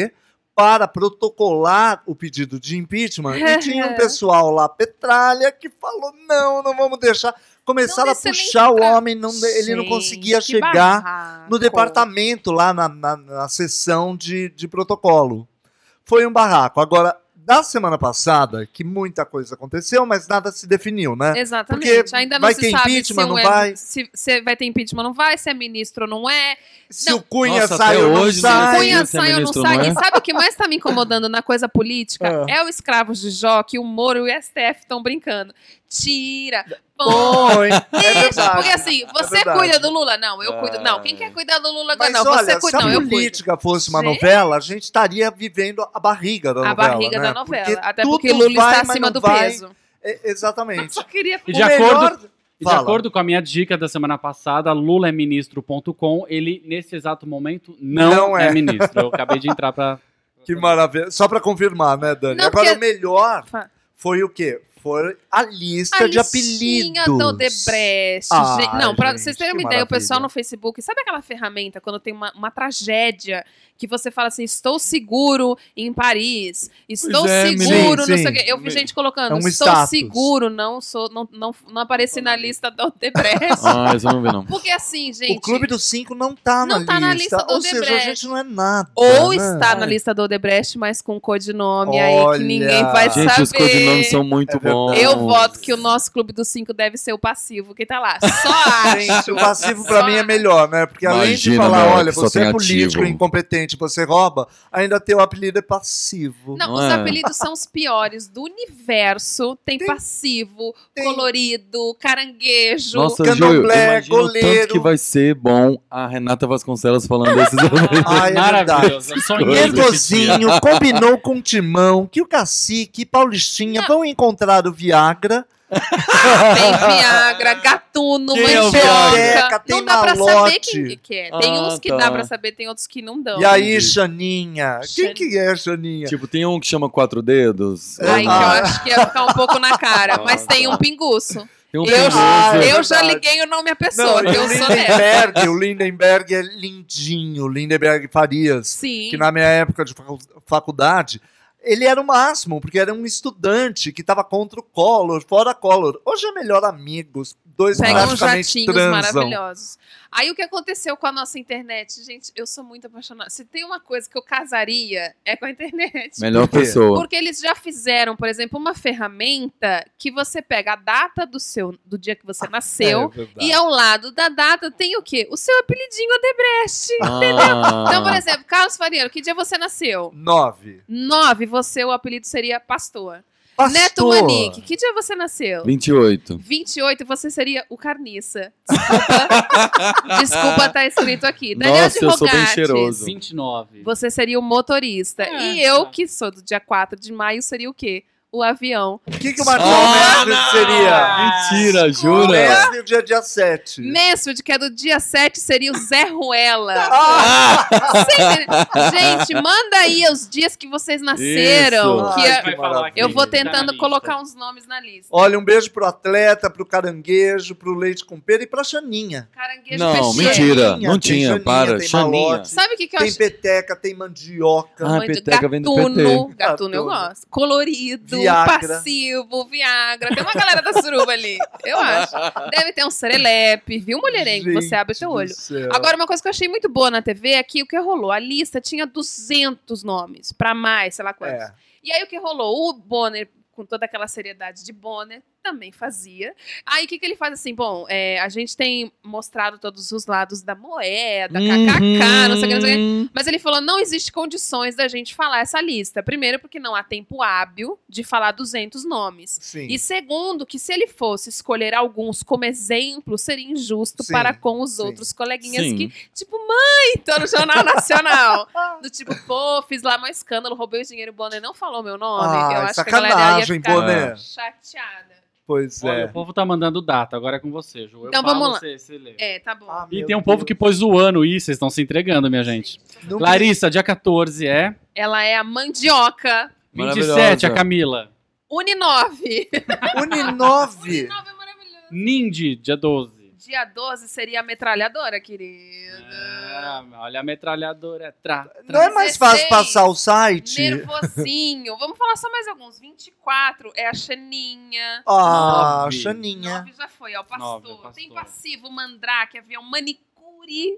E: para protocolar o pedido de impeachment. E tinha um pessoal lá, Petralha, que falou: não, não vamos deixar. Começaram
F: Não
E: a
F: deixa nem
E: puxar o
F: entrar.
E: homem, não- ele não
F: Gente,
E: conseguia
F: que
E: chegar
F: barraco.
E: no departamento, lá na, na, na sessão de, de protocolo. Foi um barraco. Agora, da semana passada, que muita coisa aconteceu, mas nada se definiu, né?
F: É, Exatamente.
E: Porque
F: Ainda não
E: vai
F: se
E: ter
F: sabe
E: impeachment,
F: se, um
E: não
F: é-
E: vai?
F: se, se vai ter impeachment, não vai, se é ministro ou não é.
E: Se
F: Não.
E: o Cunha
C: Nossa,
E: sai
C: até
E: ou não
C: hoje, né?
E: sai.
C: Ai,
F: Cunha
C: se é
F: sai ou não
C: ministro,
F: sai.
C: não é?
F: E sabe o que mais tá me incomodando na coisa
E: Ah.
F: política? É, o escravo de Jó que o Moro e o STF estão brincando. Tira, põe,
E: Põe. É
F: deixa.
E: verdade.
F: porque assim, você
E: verdade. É.
F: cuida do Lula? Não, eu cuido. Não, quem
C: Ah.
F: quer cuidar do Lula agora?
E: Mas
F: Não,
E: olha,
F: você cuida.
E: se
F: Não,
E: a
F: eu cuido.
E: política fosse uma
F: Gente.
E: novela, a gente estaria vivendo a barriga da
F: A
E: novela.
F: barriga
E: né?
F: da novela.
E: Porque
F: Até
E: tudo
F: porque Lula
E: vai,
F: está
E: mas
F: acima
E: não
F: do
E: vai.
F: peso.
E: É, exatamente.
F: Só queria
D: E
E: O
D: de
E: melhor-
D: E de
E: Fala.
D: acordo com a minha dica da semana passada, lulaeministro.com, ele, nesse exato momento, não,
E: Não
D: é.
E: é.
D: ministro. Eu acabei de entrar pra...
E: Que maravilha. Só para confirmar, né, Dani?
F: Não,
E: Agora,
F: porque-
E: o melhor
F: Fa-
E: foi o quê? Foi a lista
F: A
E: de
F: listinha
E: apelidos.
F: do Debrecht.
E: Ah,
F: gente. Não, pra
E: gente,
F: vocês terem uma
E: que
F: ideia, o
E: maravilha.
F: pessoal no Facebook, sabe aquela ferramenta quando tem uma, uma tragédia que você fala assim, estou seguro em Paris, estou
C: Pois é,
F: seguro,
E: sim,
F: não
E: sim.
F: sei o quê. Eu vi
C: Me-
F: gente colocando,
E: É um
F: estou
E: status.
F: seguro, não, sou, não, não, não apareci na lista do Debrecht.
C: Ah, isso eu não vi, não.
F: Porque assim, gente...
E: O Clube dos Cinco não tá
F: Não
E: na
F: tá
E: lista.
F: na lista do
E: Ou seja, a
F: Odebrecht.
E: gente não é nada.
F: Ou
E: né?
F: está na lista do Odebrecht, mas com codinome aí que
E: Olha.
F: ninguém vai saber.
E: Gente,
C: Gente, os codinomes são muito
E: É
C: bons.
E: verdade.
F: Eu voto que o nosso clube dos cinco deve ser o passivo, que tá lá. Só
E: Gente,
F: acho.
E: o passivo pra mim é melhor, né? Porque além de
C: Imagina,
E: falar,
C: meu,
E: olha,
C: que só
E: você
C: tem
E: é político,
C: ativo.
E: incompetente, você rouba, ainda teu apelido é passivo.
F: Não,
C: Não
F: os
C: é?
F: apelidos são os piores do universo. Tem,
E: Tem-
F: passivo,
E: tem-
F: colorido, caranguejo.
C: Nossa,
E: Candomblé,
C: Ju, eu imagino o tanto
E: goleiro.
C: que vai ser bom a Renata Vasconcelos falando desses
E: Ah, é
D: Maravilhoso. Eu sonhei com esse dia.
E: Nervosinho combinou com o Timão que o Cacique e Paulistinha vão encontrar o Viagra.
F: Tem Viagra, gatuno,
C: Tem é o
E: Viagra,
F: mandioca.
E: Tem
F: Não dá pra saber
E: malote.
F: quem que é. Tem
C: Ah,
F: uns que
C: tá.
F: dá pra saber, tem outros que não dão.
E: E aí,
C: entendi.
E: Xaninha? Quem
F: Xan-
E: que é Xaninha?
C: Tipo, tem um que chama Quatro Dedos.
F: Aí que eu
E: Ah.
F: acho que ia ficar um pouco na cara. Mas
C: Ah,
F: tem
C: tá.
F: um pinguço.
C: Tem um
F: eu
C: famoso-
E: Ah, é
F: eu já
E: verdade.
F: liguei o nome à pessoa,
E: e
F: que eu
E: o
F: sou dessa.
E: Lindenberg, o Lindenberg é lindinho, o Lindenberg Farias,
F: Sim.
E: que na minha época de facu- faculdade, ele era o máximo, porque era um estudante que estava contra o Collor, fora Collor. Hoje é melhor amigos, dois
F: Pegam uns
E: praticamente
F: jatinhos
E: transam.
F: maravilhosos. Aí o que aconteceu com a nossa internet? Gente, eu sou muito apaixonada. Se tem uma coisa que eu casaria, é com a internet.
C: Melhor
E: Por quê?
C: pessoa.
F: Porque eles já fizeram, por exemplo, uma ferramenta que você pega a data do seu do dia que
E: Ah,
F: você
E: É
F: nasceu e ao lado da data tem o quê? O seu apelidinho Odebrecht.
C: Ah.
F: Então, por exemplo, Carlos Farinheiro, que dia você nasceu?
E: Nove.
F: 9, você o apelido seria Pastor.
E: Pastor.
F: Neto Manique, que dia você nasceu?
C: 28.
F: 28, você seria o carniça. Desculpa, Desculpa tá escrito aqui. Daniel
C: Nossa,
F: de
C: eu sou bem
F: Rogatis,
C: cheiroso.
D: 29.
F: Você seria o motorista.
D: É,
F: e eu,
D: tá.
F: que sou do dia 4 de maio, seria o quê? O avião.
E: O que, que o Marcelo
C: Ah,
E: Mestre seria?
F: Ah,
C: Mentira,
E: O
C: jura?
E: Mestre, o dia dia 7.
F: Mesford, que é do dia 7, seria o Zé Ruela.
E: Ah!
F: Sempre- Gente, manda aí os dias que vocês nasceram.
C: Isso.
F: que
E: Ai,
F: eu-
E: que
F: eu vou
E: maravilha.
F: tentando colocar uns nomes na lista.
E: Olha, um beijo pro atleta, pro caranguejo, pro leite com pera e pra Xaninha.
F: Caranguejo
C: Não,
F: peixeiro.
C: mentira.
E: Xaninha,
C: Não
E: tem
C: tinha,
E: Xaninha,
C: para.
E: tem
C: Xaninha.
E: Malote.
F: Sabe o que, que eu
E: Tem
F: acho?
E: peteca, tem mandioca.
C: Ah,
F: Muito
C: peteca vem do PT.
F: gatuno, gatuno
E: Gatuno.
F: eu gosto. Colorido,
E: Viagra.
F: passivo, Viagra. Tem uma galera da suruba ali, eu acho. Deve ter um serelepe, viu, mulherengo? Você
E: Gente
F: abre seu
E: do
F: olho.
E: céu.
F: Agora, uma coisa que eu achei muito boa na TV é que o que rolou? A lista tinha 200 nomes, pra mais, sei lá quantos.
E: É.
F: E aí o que rolou? O Bonner, com toda aquela seriedade de Bonner, também fazia. Aí o que, que ele faz assim? Bom, é, a gente tem mostrado todos os lados da moeda,
E: Uhum.
F: kkk, não sei o que, não sei o que.
C: Uhum.
F: Mas ele falou: não existe condições da gente falar essa lista. Primeiro, porque não há tempo hábil de falar 200 nomes.
E: Sim.
F: E segundo, que se ele fosse escolher alguns como exemplo, seria injusto
E: Sim,
F: para com os
E: sim.
F: outros coleguinhas
C: Sim.
F: que, tipo, mãe, tô no Jornal Nacional. Do tipo, pô, fiz lá um escândalo, roubei o dinheiro, o Bonner não falou meu nome.
E: Ah,
F: Eu acho que a galera ia
E: sacanagem,
F: ficar
E: Bonner.
F: chateada.
E: Pois
D: Olha,
E: é.
D: o povo tá mandando data, agora é com você, Ju. Eu
F: um- Então,
D: falo,
F: vamos lá.
D: Você, você lê.
F: É, tá bom.
E: Ah,
D: E
E: meu
D: tem um povo
E: Deus.
D: que pôs zoando isso, vocês estão se entregando, minha gente.
E: Não-
D: Larissa, dia 14, é.
F: Ela é a mandioca.
D: 27, a
C: Maravilhosa.
D: Camila.
F: Uninove.
E: Uninove.
F: Uninove é maravilhoso.
D: Nindy, dia 12.
F: dia 12 seria a metralhadora, querido.
D: Ah, olha a metralhadora. Tra, tra.
E: Não é mais
F: 16.
E: fácil passar o site?
F: Nervosinho. Vamos falar só mais alguns. 24 é a Xaninha.
E: Ah,
D: Nove.
E: Xaninha.
F: 9 já foi, ó, o
D: Nove,
F: pastor.
D: é o pastor.
F: Tem passivo, mandrake, avião, manicure. Tem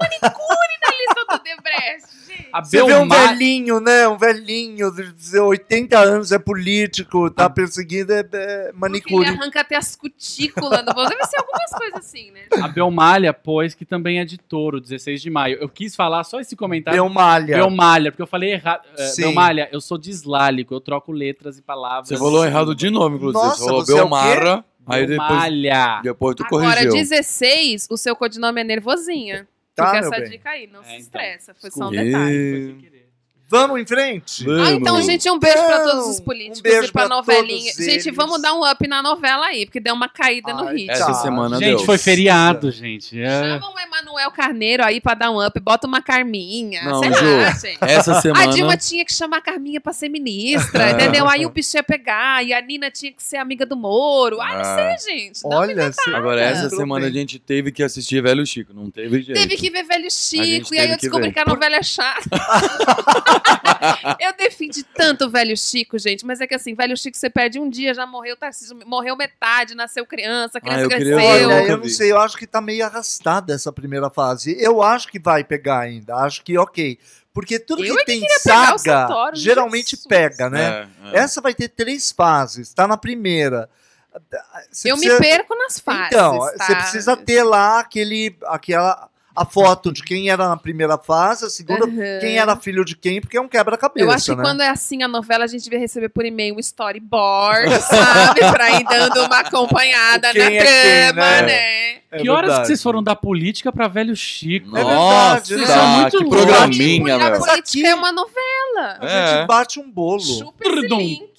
F: manicure na lista do Debrecht, gente.
D: A
E: Você vê um
D: Belmar...
E: velhinho, né? Um velhinho de de 80 anos, é político, tá perseguido, é, é
F: Porque Ele
E: manicure.
F: arranca até as cutículas do bolso. Deve ser algumas coisas assim, né?
D: A Belmalha, pois, que também é de touro, 16 de maio. Eu quis falar só esse
F: é
D: comentário.
E: Deu malha.
D: Belmalha, porque eu falei errado. É,
E: Sim.
D: Belmalha, eu sou dislálico, eu troco letras e palavras.
C: Você falou errado de novo, inclusive.
E: Nossa,
C: você falou
E: você é o quê?
C: Belmarra, aí depois,
D: Belmalha.
C: depois tu
F: Agora,
C: corrigiu.
F: 16, o seu codinome é Nervosinha.
E: Tá,
F: Fica
E: meu
F: essa
E: bem.
F: dica aí, não
D: É,
F: se
D: então.
F: estressa. Foi só um
C: E-
F: detalhe.
E: Vamos em frente?
F: Ah,
C: Vamos.
F: então, gente, um beijo pra
E: Então,
F: todos os políticos
E: um beijo
F: e pra,
E: pra
F: novelinha.
E: todos
F: Gente,
E: eles.
F: vamos dar um up na novela aí, porque deu uma caída no
E: Ai,
F: ritmo.
C: Essa
E: Tá.
C: semana
D: Gente,
C: deu.
D: foi feriado, gente. É.
F: Chama o Emanuel Carneiro aí pra dar um up, bota uma Carminha,
C: Não,
F: sei
C: Ju,
F: lá, gente.
C: Essa
F: A
C: semana...
F: Dilma tinha que chamar a Carminha pra ser ministra, entendeu? Aí o bicho ia pegar, e a Nina tinha que ser amiga do Moro. Ah, não
C: Ah.
F: sei, gente. Não me-
E: Olha, se-
C: Agora, essa
E: Entrou
C: semana
E: bem.
C: a gente teve que assistir Velho Chico, não teve jeito.
F: Teve que ver Velho Chico,
C: gente
F: e aí
C: teve
F: eu
C: que
F: descobri
C: ver.
F: que, a novela é chata. eu defendi tanto o Velho Chico, gente, mas é que assim, Velho Chico você perde um dia, já morreu, Tarcísio, morreu metade, nasceu criança, a criança
C: eu queria-
F: cresceu.
C: Eu nunca
E: Olha, Ah, eu não
C: vi.
E: sei, eu acho que tá meio arrastada essa primeira fase. Eu acho que vai pegar ainda, acho que ok. Porque tudo
F: Eu
E: que
F: é que
E: tem
F: pegar o
E: saga
F: Santoro,
E: geralmente
F: Jesus.
E: pega, né?
C: É, é.
E: Essa vai ter três fases, tá na primeira. Você
F: eu me
E: precisa-
F: perco nas fases.
E: Então,
F: tá?
E: você precisa ter lá aquele, aquela, a foto de quem era na primeira fase, a segunda,
F: Uhum.
E: quem era filho de quem, porque é um quebra-cabeça,
F: Eu acho que
E: né?
F: quando é assim a novela, a gente devia receber por e-mail um storyboard, sabe? Pra ir dando uma acompanhada
E: Quem
F: na
E: é quem,
F: trama,
E: né?
F: né?
E: É
D: que horas que
E: verdade.
D: vocês foram da política pra Velho Chico?
E: É
C: Nossa,
E: verdade, né? Isso é
D: muito
C: que
D: louco.
C: programinha,
F: Porque a
C: velho.
E: Mas
F: política
E: aqui-
F: é uma novela.
E: A
C: É.
E: gente bate um bolo.
F: Chupa esse
D: Perdão.
F: link.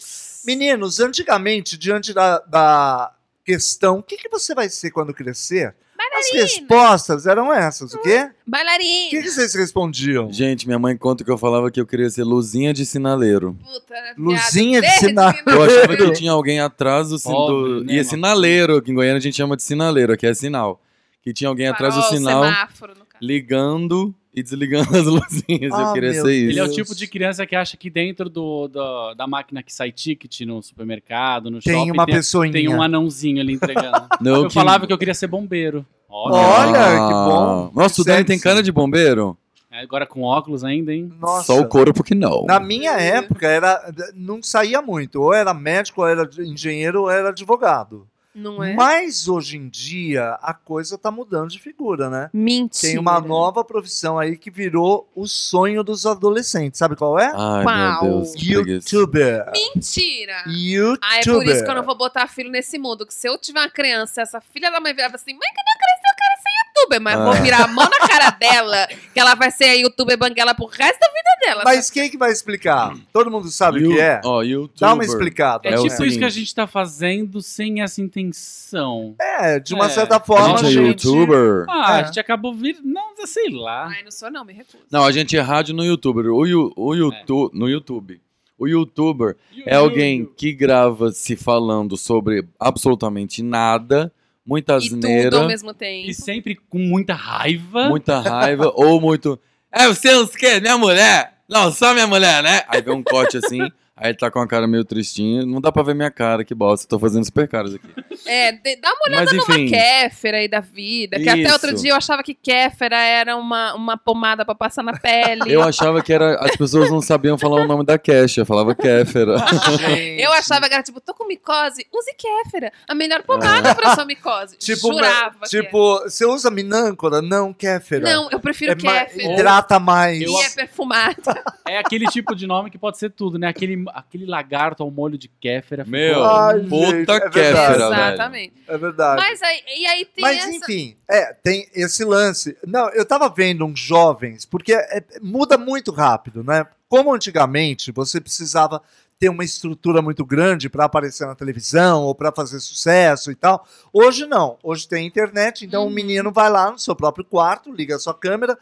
E: Meninos, antigamente, diante da, da questão, o que, que você vai ser quando crescer? As respostas eram essas, o quê? O que,
F: Bailarina.
E: que vocês respondiam?
C: Gente, minha mãe conta que eu falava que eu queria ser luzinha de sinaleiro.
F: Puta, né, viado.
E: Luzinha de
F: Verde,
E: sinal.
C: Eu
F: menino.
C: achava que tinha alguém atrás do, sin-
D: Pobre,
C: do-
D: né,
C: E é
D: mano?
C: sinaleiro, que em Goiânia a gente chama de sinaleiro, aqui é sinal. Que tinha alguém atrás do
F: Farol,
C: sinal
F: semáforo, no caso.
C: ligando e desligando as luzinhas. eu
E: Ah,
C: queria
E: meu
C: ser isso.
D: Ele é o
E: Deus.
D: tipo de criança que acha que dentro do, do- da máquina que sai ticket no supermercado, no
E: Tem
D: shopping,
E: uma
D: tem,
E: pessoinha.
D: tem um anãozinho ali entregando.
C: Não,
D: eu falava tipo que eu queria ser bombeiro.
E: Olha, que bom.
C: Nossa, o Dani tem
E: Sexy.
C: cara de bombeiro?
D: É, Agora com óculos ainda, hein?
E: Nossa.
C: Só o corpo que não.
E: Na
F: Uhum.
E: minha época, era, não saía muito. Ou era médico, ou era engenheiro, ou era advogado.
F: Não é?
E: Mas hoje em dia, a coisa tá mudando de figura, né?
F: Mentira.
E: Tem uma nova profissão aí que virou o sonho dos adolescentes. Sabe qual é?
C: Ai,
F: Uau.
C: meu Deus. que preguiça.
E: YouTuber.
F: Mentira.
E: YouTuber.
F: Ah, é por isso que eu não vou botar filho nesse mundo. Que se eu tiver uma criança, essa filha da mãe virava assim, mãe, quando eu crescer, eu quero ser youtuber. Mas
C: Ah.
F: vou virar a mão na cara dela, que ela vai ser a youtuber banguela pro resto da vida dela.
E: Mas quem é que vai explicar? Todo mundo sabe o que
C: You-
E: é?
C: Ó, YouTuber.
E: Dá uma explicada.
D: É,
C: É o
D: tipo isso
C: seguinte.
D: que a gente tá fazendo sem essa intenção.
E: É, de uma
D: É.
E: certa forma.
C: A
D: Fala,
C: gente é
D: gente.
C: YouTuber.
D: Ah,
E: É.
D: a gente acabou vir. Não, sei lá.
F: Ai, não sou não, me recuso.
C: Não, a gente é rádio no YouTuber. O, Yu- o Youtu- No YouTube. O YouTuber é alguém que grava se falando sobre absolutamente nada, muita
F: e tudo ao
C: asneira,
F: mesmo tempo.
D: E sempre com muita raiva.
C: muita raiva, ou muito. É, você não quer minha mulher? Não, só minha mulher, né? Aí vem um corte assim, aí ele tá com a cara meio tristinha. Não dá pra ver minha cara, que bosta. Tô fazendo super caras aqui.
F: É, de- dá uma
C: Mas
F: olhada numa
C: enfim.
F: Kéfera aí da vida. Que até
C: Isso.
F: outro dia eu achava que Kéfera era uma, uma pomada pra passar na pele.
C: Eu achava que era. As pessoas não sabiam falar o nome da Kesha, falava Kéfera.
E: Gente.
F: Eu achava que era tipo, tô com micose, use Kéfera. A melhor pomada pra sua micose.
E: Tipo,
F: Jurava que era.
E: tipo você usa minâncora? Não, Kéfera.
F: Não, eu prefiro
E: é ma-
F: Kéfera.
E: hidrata mais.
D: Eu
F: E é perfumado.
D: É aquele tipo de nome que pode ser tudo, né? Aquele, aquele lagarto ao molho de kéfera.
C: Meu,
E: Ai, gente,
C: puta
E: é verdade.
C: Kéfera, velho.
F: Exatamente.
E: É verdade.
F: Mas aí, e aí tem
E: Mas
F: essa...
E: enfim, é, tem esse lance. Não, eu tava vendo uns jovens, porque é- muda muito rápido, né? Como antigamente você precisava ter uma estrutura muito grande para aparecer na televisão ou para fazer sucesso e tal. Hoje não. Hoje tem internet, então
F: Uhum.
E: o menino vai lá no seu próprio quarto, liga a sua câmera,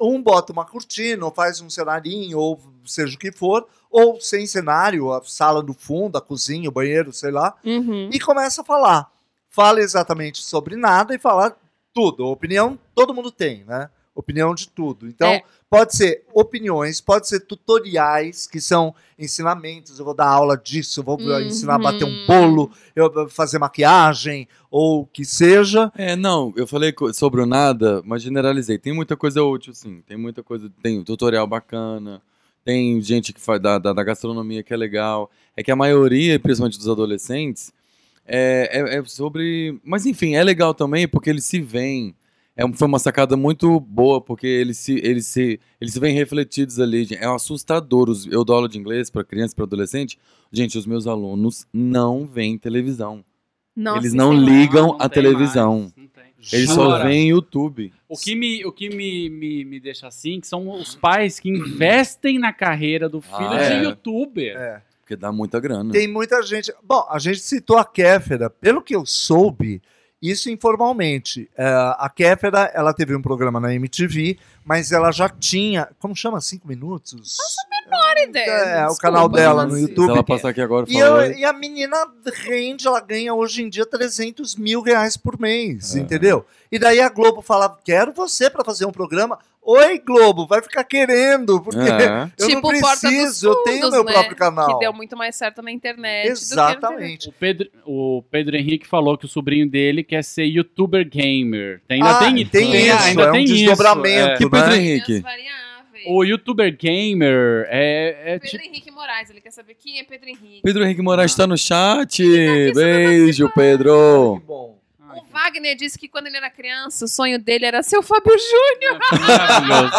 E: um bota uma cortina, ou faz um cenarinho, ou seja o que for, ou sem cenário, a sala do fundo, a cozinha, o banheiro, sei lá
F: Uhum.
E: e começa a falar. Fala exatamente sobre nada e fala tudo. Opinião todo mundo tem, né? Opinião de tudo. Então,
F: É.
E: pode ser opiniões, pode ser tutoriais, que são ensinamentos. Eu vou dar aula disso, eu vou
F: Uhum.
E: ensinar a bater um bolo, eu vou fazer maquiagem, ou o que seja.
C: É, não, eu falei co- sobre o nada, mas generalizei. Tem muita coisa útil, sim. Tem muita coisa. Tem tutorial bacana. Tem gente que faz da, da, da gastronomia que é legal. É que a maioria, principalmente dos adolescentes, é, é- é sobre. Mas enfim, é legal também porque eles se veem. É, um- foi uma sacada muito boa, porque eles se, eles se, eles se veem refletidos ali. gente. É assustador. Os- eu dou aula de inglês para criança e para adolescente. Gente, os meus alunos não veem televisão.
F: Nossa,
C: eles
F: isso
C: não
F: é
C: ligam.
D: Não, não
C: a
D: tem
C: televisão.
D: mais, não tem.
C: Eles só
D: Jura?
C: veem YouTube.
D: O que, me, o que me, me, me deixa assim que são os pais que investem na carreira do filho
C: Ah,
D: de
C: é.
D: youtuber.
E: É.
C: Porque dá muita grana.
E: Tem muita gente. Bom, a gente citou a Kéfera. Pelo que eu soube, isso informalmente. é, a Kéfera, ela teve um programa na MTV, mas ela já tinha. Como chama? Cinco minutos?
F: uma ideia,
E: É, o
F: desculpa,
E: canal dela no
F: mas-
E: YouTube.
C: Se ela passar aqui agora e
E: E,
C: falar.
E: a-
C: "Oi",
E: e a menina rende, ela ganha hoje em dia 300 mil reais por mês,
C: É.
E: entendeu? E daí a Globo fala: quero você para fazer um programa. Oi, Globo, vai ficar querendo, porque
C: É.
E: eu
F: tipo
E: não
F: Porta dos
E: preciso, eu tenho
F: Fundos,
E: meu
F: né?
E: próprio canal.
F: Que deu muito mais certo na internet. Do que na internet.
E: Exatamente.
D: O Pedro, o Pedro Henrique falou que o sobrinho dele quer ser youtuber gamer. Tem- Ainda
E: Ah,
D: tem, né?
E: tem isso,
D: ainda
E: é um
D: tem isso,
E: desdobramento.
D: é.
C: Que
E: né?
C: Pedro
F: Tem as
C: Henrique.
F: variáveis.
D: O youtuber gamer é, é
F: Pedro
D: tipo.
F: Henrique Moraes, ele quer saber quem é Pedro Henrique.
C: Pedro Henrique Moraes está no chat.
F: tá aqui, você não
C: Beijo,
F: participou.
E: Que
C: Pedro.
E: bom.
D: Ai,
F: O Wagner disse que quando ele era criança, o sonho dele era ser o Fábio Júnior.
D: que maravilhoso.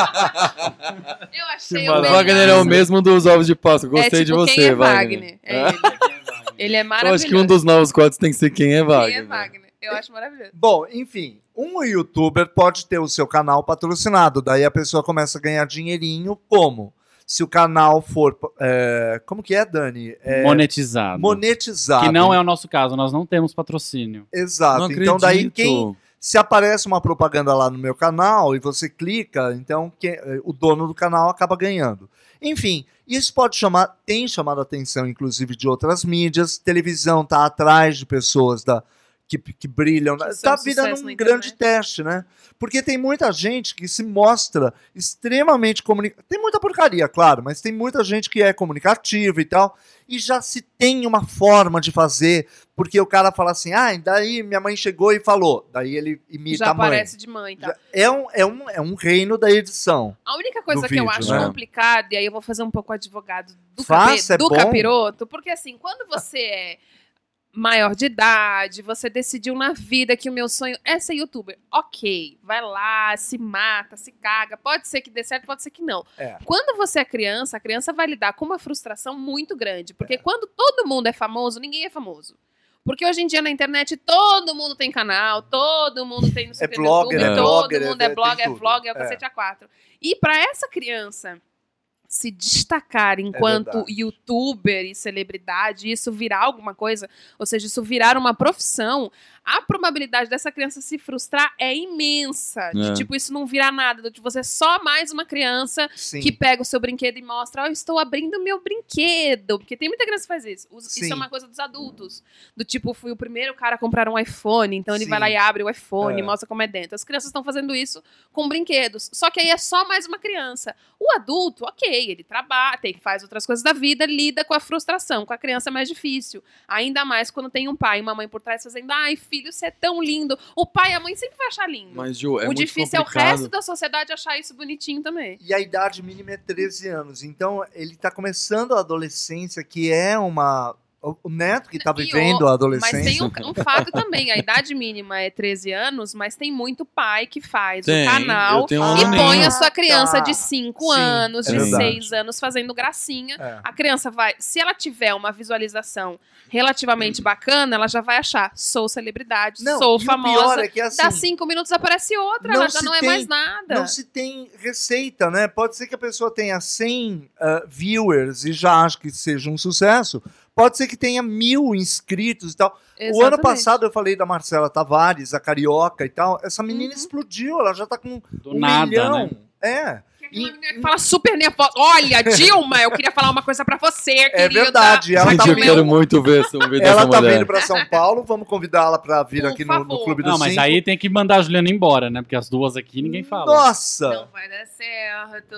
F: Eu achei
D: Que
F: o
C: O
D: maravilha.
F: melhor.
C: Wagner é o mesmo dos ovos de Páscoa. Gostei
F: É,
C: de
F: tipo,
C: você,
F: quem é
C: Wagner. Ah.
F: Wagner. É ele. Ele é
C: Eu
F: maravilhoso.
C: acho que um dos novos quadros tem que ser quem é Wagner.
F: Quem é Wagner? Eu acho maravilhoso.
E: Bom, enfim, um youtuber pode ter o seu canal patrocinado, daí a pessoa começa a ganhar dinheirinho como? Se o canal for. é, como que é, Dani? É,
D: Monetizado.
E: monetizado.
D: Que não é o nosso caso, nós não temos patrocínio.
E: Exato.
C: Não
E: então, daí,
C: acredito.
E: quem. Se aparece uma propaganda lá no meu canal e você clica, então que- eh, o dono do canal acaba ganhando. Enfim, isso pode chamar, tem chamado a atenção, inclusive, de outras mídias. Televisão está atrás de pessoas da, que, que brilham.
F: Que
E: Está
F: são
E: virando
F: sucesso na
E: um
F: internet.
E: grande teste, né? Porque tem muita gente que se mostra extremamente comunicativa. Tem muita porcaria, claro, mas tem muita gente que é comunicativa e tal. E já se tem uma forma de fazer, porque o cara fala assim, ah, e daí minha mãe chegou e falou. Daí ele imita
F: Já
E: a mãe.
F: aparece de mãe, tá?
E: Já- É, um, é, um, é um reino da edição.
F: A única coisa
E: Do
F: que eu
E: vídeo,
F: acho
C: né?
F: complicada, e aí eu vou fazer um pouco advogado do,
E: Faça,
F: capi-
E: é
F: do
E: bom.
F: capiroto, porque assim, quando você é maior de idade, você decidiu na vida que o meu sonho é ser youtuber. Ok, vai lá, se mata, se caga, pode ser que dê certo, pode ser que não.
E: É.
F: Quando você é criança, a criança vai lidar com uma frustração muito grande, porque quando todo mundo é famoso, ninguém é famoso. Porque hoje em dia na internet todo mundo tem canal, todo mundo tem no
E: É blogger,
C: é
F: todo
E: blogger, é-
F: mundo
E: é-
F: é
E: tem
F: blog, é
E: tudo.
F: vlog, é o
E: É.
F: cacete a quatro. E para essa criança se destacar enquanto
E: verdade.
F: youtuber e celebridade, isso virar alguma coisa, ou seja, isso virar uma profissão, a probabilidade dessa criança se frustrar é imensa. De,
C: É.
F: tipo, isso não virar nada. do Tipo, você é só mais uma criança
E: Sim.
F: que pega o seu brinquedo e mostra, ó, eu estou abrindo meu brinquedo. Porque tem muita criança que faz isso. Os-
E: Sim.
F: Isso é uma coisa dos adultos. Do tipo, fui o primeiro cara a comprar um iPhone, então ele
E: Sim.
F: vai lá e abre o iPhone,
E: É.
F: mostra como é dentro. As crianças estão fazendo isso com brinquedos. Só que aí é só mais uma criança. O adulto, ok, ele trabalha, tem- faz outras coisas da vida, lida com a frustração. Com a criança é mais difícil. Ainda mais quando tem um pai e uma mãe por trás fazendo, ai, filho, você é tão lindo. O pai e a mãe sempre vai achar lindo.
C: Mas, Ju, é
F: o
C: muito
F: difícil é o
C: complicado.
F: resto da sociedade achar isso bonitinho também.
E: E a idade mínima é 13 anos. Então, ele está começando a adolescência, que é uma. O o neto que está
F: E o-
E: vivendo a adolescência.
F: Mas tem um, um fato também, a idade mínima é 13 anos, mas tem muito pai que faz
C: Tem,
F: o
C: eu
F: canal
C: tenho um
F: e
E: Ah,
F: põe
C: aninho.
F: a sua criança
E: tá.
F: de 5
E: Sim,
F: anos,
E: é
F: de
C: verdade.
F: 6 anos fazendo gracinha.
E: É.
F: A criança vai, se ela tiver uma visualização relativamente bacana, ela já vai achar, sou celebridade,
E: Não,
F: um sou
E: e
F: famosa.
E: O pior é que
F: Dá
E: assim,
F: cinco minutos, aparece outra,
E: Não
F: ela já
E: se
F: não é
E: tem-
F: mais nada.
E: não se tem receita, né? Pode ser que a pessoa tenha 100 ah, viewers e já acha que seja um sucesso. Pode ser que tenha mil inscritos e tal. O ano
F: Exatamente.
E: passado eu falei da Marcela Tavares, a carioca e tal. Essa menina
F: Uhum.
E: explodiu, ela já tá com
D: Do
E: um
D: nada,
E: milhão.
D: né?
E: É.
F: que é aquela menina que fala super nervosa. Olha, Dilma, eu queria falar uma coisa pra você, querida.
E: É verdade, ela
F: Vai
C: Gente,
E: tá
C: eu
F: comer
E: meio-
C: quero
F: um-
C: muito ver essa, um vídeo
E: Ela
C: dessa
E: tá
C: mulher.
E: vindo pra São Paulo, vamos convidá-la pra vir
F: Por
E: aqui no, no
F: favor.
E: Clube do
D: Não, mas
E: Cinco.
D: aí tem que mandar a Juliana embora, né? Porque as duas aqui ninguém fala.
E: Nossa!
F: Não vai dar certo.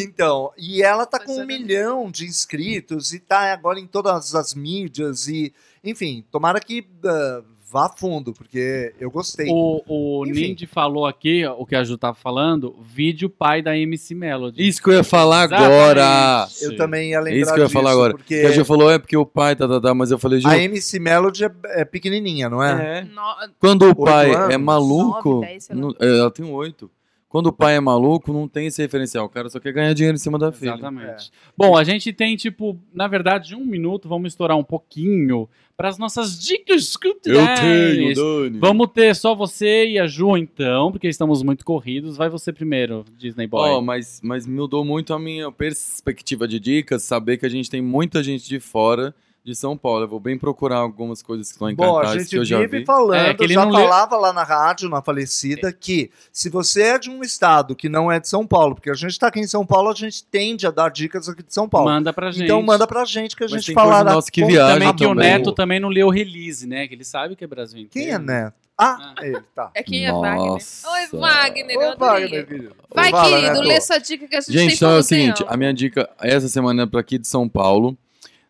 E: Então, e ela tá com
F: Pois é,
E: um
F: né?
E: milhão de inscritos e tá agora em todas as mídias e, enfim, tomara que ah, vá fundo, porque eu gostei.
D: O, o
E: Enfim.
D: Nindy falou aqui, ó, o que a Ju tava falando, vídeo pai da MC Melody.
C: Isso que eu ia falar agora.
D: Exatamente.
E: Eu também ia lembrar
C: É isso que eu ia falar
E: disso,
C: agora.
E: porque
C: Que a Ju falou, é porque o pai, tá, tá, tá, mas eu falei, Ju,
E: a MC Melody é, é pequenininha, não é?
F: No-
C: quando o
E: Oito
C: pai
E: anos?
C: é maluco.
F: Nove, dez, sei lá.
C: não- é, ela tem oito. Quando o pai é maluco, não tem esse referencial. O cara só quer ganhar dinheiro em cima da filha.
D: Exatamente. Bom, a gente tem, tipo, na verdade, um minuto, vamos estourar um pouquinho para as nossas dicas culturais.
F: É
C: Dani.
D: Vamos ter só você e a Ju, então, porque estamos muito corridos. Vai você primeiro, Disney Boy.
C: Ó, mas, mas mudou muito a minha perspectiva de dicas, saber que a gente tem muita gente de fora de São Paulo. Eu vou bem procurar algumas coisas que estão em
E: Bom, a
C: cartaz que
E: gente
C: eu já
E: vive
C: vi.
E: falando,
D: É, que ele
E: já
D: não É. leu-
E: falava lá na rádio, na falecida, que se você é de um estado que não é de São Paulo, porque a gente tá aqui em São Paulo, a gente tende a dar dicas aqui de São Paulo.
D: Manda pra gente.
E: Então manda pra gente que a
C: Mas
E: gente
C: tem coisa
E: falará.
C: nossa que
E: com-
C: viaja
D: Também que o
C: também.
D: Neto também não leu o release, né? Que ele sabe que é Brasil inteiro.
E: Quem é Neto? Ah, ele, tá.
F: É quem é
C: Nossa.
F: Wagner? Oi, Wagner.
D: é
F: eu
E: Ô,
F: adorei.
E: Wagner, querido.
F: Vai,
E: Fala,
F: querido,
E: Neto.
F: lê sua dica que a gente, tem
C: Gente, então é o
F: pouco
C: seguinte,
F: tempo.
C: a minha dica essa semana é para aqui de São Paulo.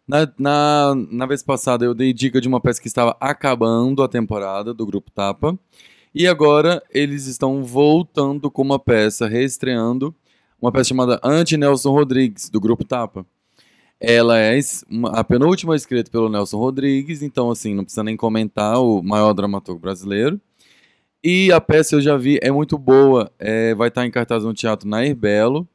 C: Na, na, na vez passada eu dei dica de uma peça que estava acabando a temporada do Grupo Tapa. E agora eles estão voltando com uma peça, reestreando, uma peça chamada Anti-Nelson Rodrigues, do Grupo Tapa. Ela é es- uma- a penúltima escrita pelo Nelson Rodrigues, então assim, não precisa nem comentar, o maior dramaturgo brasileiro. E a peça eu já vi, é muito boa, é, vai estar em cartaz no teatro Nair Belo.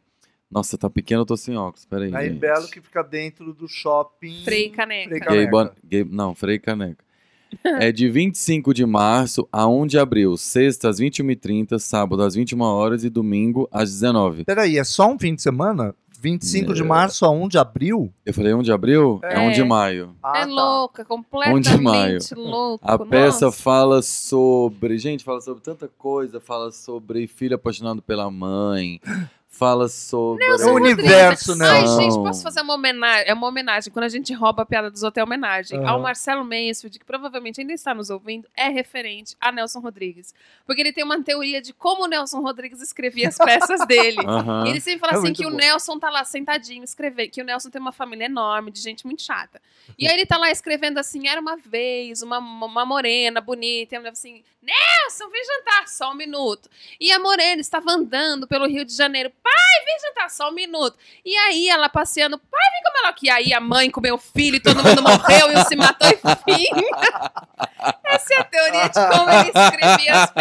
C: Nossa, tá pequeno, eu tô sem óculos, peraí.
E: Aí
C: gente.
E: Belo que fica dentro do shopping.
F: Frei Caneca.
E: Frei
C: Gay
E: Caneca.
C: Bon- Gay- não, Frei Caneca. É de 25 de março a 1 de abril, sexta às 21h30, sábado às 21 horas e domingo às 19
E: Peraí, é só um fim de semana? 25 de
C: É.
E: março a 1 de abril?
C: Eu falei 1 de abril? É,
F: É.
C: 1 de maio.
E: Ah,
F: é
E: tá.
F: louca, completamente
C: de maio.
F: louco.
C: A peça
F: Tipo, Nossa.
C: fala sobre. Gente, fala sobre tanta coisa. Fala sobre filho apaixonado pela mãe. Fala sobre.
E: É o
F: Rodrigues.
E: universo, né?
F: Ai,
C: Não.
F: gente, posso fazer uma homenagem? É uma homenagem. Quando a gente rouba a piada dos outros, é homenagem.
E: Aham.
F: Ao Marcelo Mansfield, que provavelmente ainda está nos ouvindo, é referente a Nelson Rodrigues. Porque ele tem uma teoria de como o Nelson Rodrigues escrevia as peças dele.
C: Aham.
F: E ele sempre fala
E: É
F: assim
E: muito
F: que o
E: bom.
F: Nelson tá lá sentadinho escrevendo, que o Nelson tem uma família enorme, de gente muito chata. E aí ele tá lá escrevendo assim, era uma vez, uma, uma morena bonita, e a mulher assim, Nelson, vem jantar, só um minuto. E a morena estava andando pelo Rio de Janeiro, pai, vem jantar, só um minuto. E aí ela passeando, pai, vem comer logo. E aí a mãe comeu o filho, e todo mundo morreu, e um se matou, enfim. Essa é a teoria de como ele escrevia as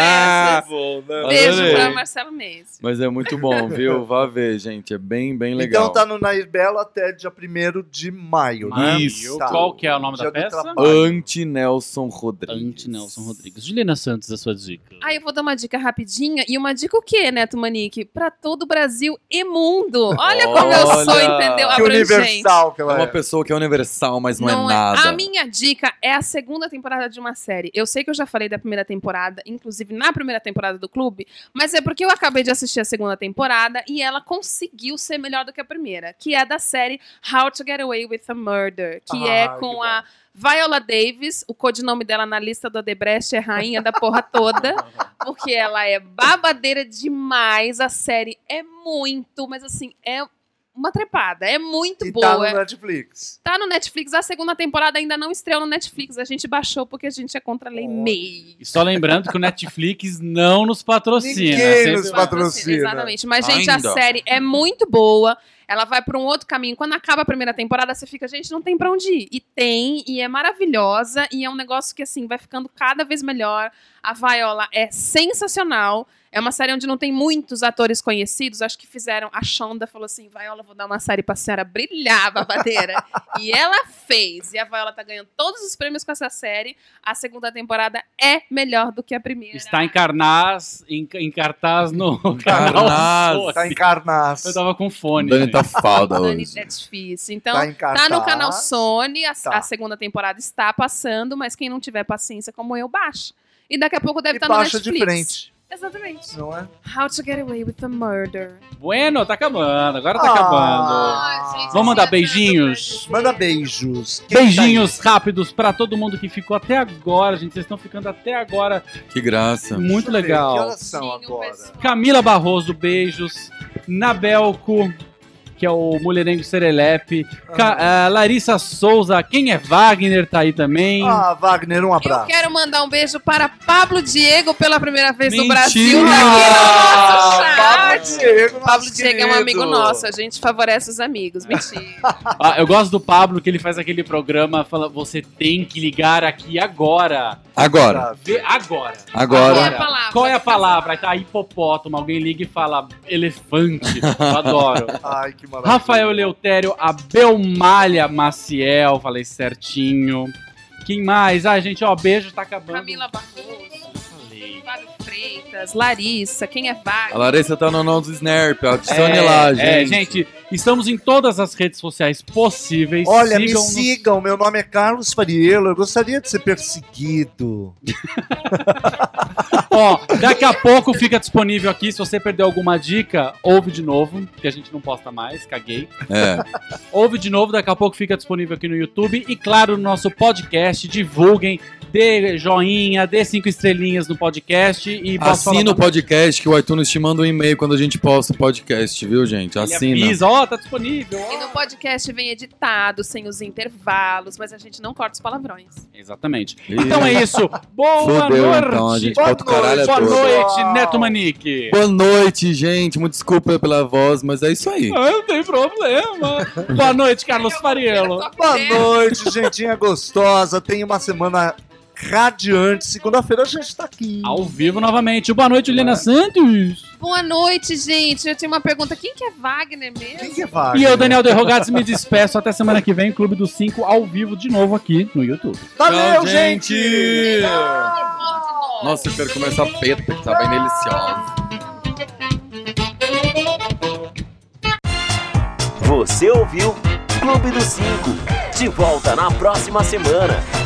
F: peças.
E: né?
F: Beijo pra Marcelo Mendes.
C: Mas é muito bom, viu? Vá ver, gente. É bem, bem legal.
E: Então tá no Nair Belo até dia 1 de maio, né?
C: Isso.
E: Tá.
D: Qual que é o nome da
E: Dia do
D: peça?
E: trabalho.
C: Anti-Nelson Rodrigues.
D: Ante Nelson Rodrigues. Juliana Santos, a sua dica.
F: Ah, eu vou dar uma dica rapidinha. E uma dica o quê, Neto Manique? Pra todo o Brasil e mundo. Olha como eu sou,
C: Olha!
F: entendeu?
E: Que
F: Abrangente.
E: universal que
C: É
E: ela
C: uma
E: é.
C: pessoa que é universal, mas não, é, nada.
F: A minha dica é a segunda temporada de uma série. Eu sei que eu já falei da primeira temporada, inclusive na primeira temporada do clube, mas é porque eu acabei de assistir a segunda temporada e ela conseguiu ser melhor do que a primeira, que é da série How to Get Away with a Murder, que
E: Ah,
F: é
E: que
F: com
E: bom.
F: a Viola Davis, o codinome dela na lista do Odebrecht é rainha da porra toda, porque ela é babadeira demais. A série é muito, mas assim, é uma trepada. É muito
E: E
F: boa.
E: tá no Netflix.
F: Tá no Netflix, a segunda temporada ainda não estreou no Netflix. A gente baixou porque a gente é contra a lei
E: Olha.
F: MEI.
D: E só lembrando que o Netflix não nos patrocina.
E: Ninguém
D: Sempre-
E: nos patrocina.
F: Exatamente. Mas, gente,
C: Ainda.
F: a série é muito boa. Ela vai pra um outro caminho. Quando acaba a primeira temporada, você fica, gente, não tem pra onde ir. E tem, e é maravilhosa. E é um negócio que, assim, vai ficando cada vez melhor. A Viola é sensacional. É uma série onde não tem muitos atores conhecidos. Acho que fizeram. A Shonda falou assim: Viola, vou dar uma série pra senhora brilhar, babadeira. e ela fez. E a Viola tá ganhando todos os prêmios com essa série. A segunda temporada é melhor do que a primeira.
D: Está em cartaz, em, em cartaz no
C: Carnaz.
D: canal. Sony.
E: Tá em Carnaz.
D: Eu tava com fone.
C: Dani
D: gente.
C: tá
F: Ai,
C: falda
F: Dani,
C: hoje.
F: É difícil. Então,
E: Tá em
F: Tá no canal
E: cartaz.
F: Sony, a,
E: Tá.
F: a segunda temporada está passando, mas quem não tiver paciência como eu, baixa. E daqui a pouco deve
E: E
F: estar no
E: baixa
F: Netflix.
E: de frente.
F: Exatamente.
E: não é?
F: How to get away with a murder.
D: Bueno, tá acabando, agora tá
E: Ah.
D: acabando.
E: Ah,
F: gente,
D: vamos mandar
F: assim,
D: beijinhos?
F: é nada pra dizer.
E: Manda beijos. Quem tá
D: Beijinhos rápidos pra todo mundo que ficou até agora, gente. Vocês estão ficando até agora.
C: Que graça.
E: aí?
D: Muito
E: Deixa eu ver, Que
D: legal.
E: horas são
F: Beijinho,
E: então, agora?
F: pessoal.
D: Camila Barroso, beijos. Nabelco, que é o Mulherengo Serelepe. Ca- ah, Larissa Souza, quem é Wagner, tá aí também.
E: Ah, Wagner, um
F: Eu
E: abraço.
F: quero mandar um beijo para Pablo Diego pela primeira vez no
C: Mentira!
F: Brasil. Tá aqui no nosso chat.
E: Ah, Diego, nosso
F: Pablo Diego é um amigo
E: querido.
F: nosso, a gente favorece os amigos, mentira.
D: Ah, eu gosto do Pablo, que ele faz aquele programa, fala, você tem que ligar aqui agora.
C: Agora,
D: Vê agora.
F: Qual é
C: agora.
F: a palavra?
D: Qual é a palavra? Aí tá hipopótamo, alguém liga e fala elefante. Eu adoro.
E: Ai, que maravilha.
D: Rafael Leutério, Abel Malha Maciel, falei certinho. Quem mais? Ah, gente, ó, beijo, tá acabando.
F: Camila Barroso,
D: Falei.
F: Fábio Freitas, Larissa, quem é
C: A
F: Wagner?
C: Larissa tá no nosso Snarp, adicione
D: É,
C: lá, gente.
D: é, gente, estamos em todas as redes sociais possíveis.
E: Olha,
D: Sigam-nos.
E: me sigam. Meu nome é Carlos Fariello. Eu gostaria de ser perseguido.
D: Ó, daqui a pouco fica disponível aqui. Se você perdeu alguma dica, ouve de novo, que a gente não posta mais, caguei.
C: É.
D: Ouve de novo, daqui a pouco fica disponível aqui no YouTube. E claro, no nosso podcast, divulguem, dê joinha, dê cinco estrelinhas no podcast e posso falar
C: Assina o
D: também?
C: podcast que o iTunes te manda um e-mail quando a gente posta o podcast, viu, gente?
D: Ele
C: Assina.
D: avisa, ó, tá disponível. ó.
F: E no podcast vem editado, sem os intervalos, mas a gente não corta os palavrões.
D: Exatamente.
C: Ih,
D: Então é isso. Boa
C: Fudeu,
D: noite.
C: então, a gente
E: Boa
C: bota o caralho
E: noite,
D: Boa
C: todo.
D: noite,
E: Uau.
D: Neto Manique.
C: Boa noite, gente. Muito desculpa pela voz, mas é isso aí.
D: Ah, Não tem problema. Boa noite, Carlos Fariello.
E: Boa noite, gentinha gostosa. Tenha uma semana radiante. Segunda-feira a gente tá aqui.
D: Ao vivo novamente. Boa noite, Helena Santos.
F: Boa noite, gente. Eu tinha uma pergunta. Quem que é Wagner
E: Quem é
F: mesmo?
E: que vai?
D: E eu, Daniel Derrogados, me despeço. Até semana que vem, Clube dos Cinco, ao vivo de novo aqui no YouTube.
E: Valeu,
C: Tchau,
E: gente!
C: gente! Nossa, eu quero comer essa peta que tá bem deliciosa.
B: Você ouviu Clube dos Cinco. De volta na próxima semana.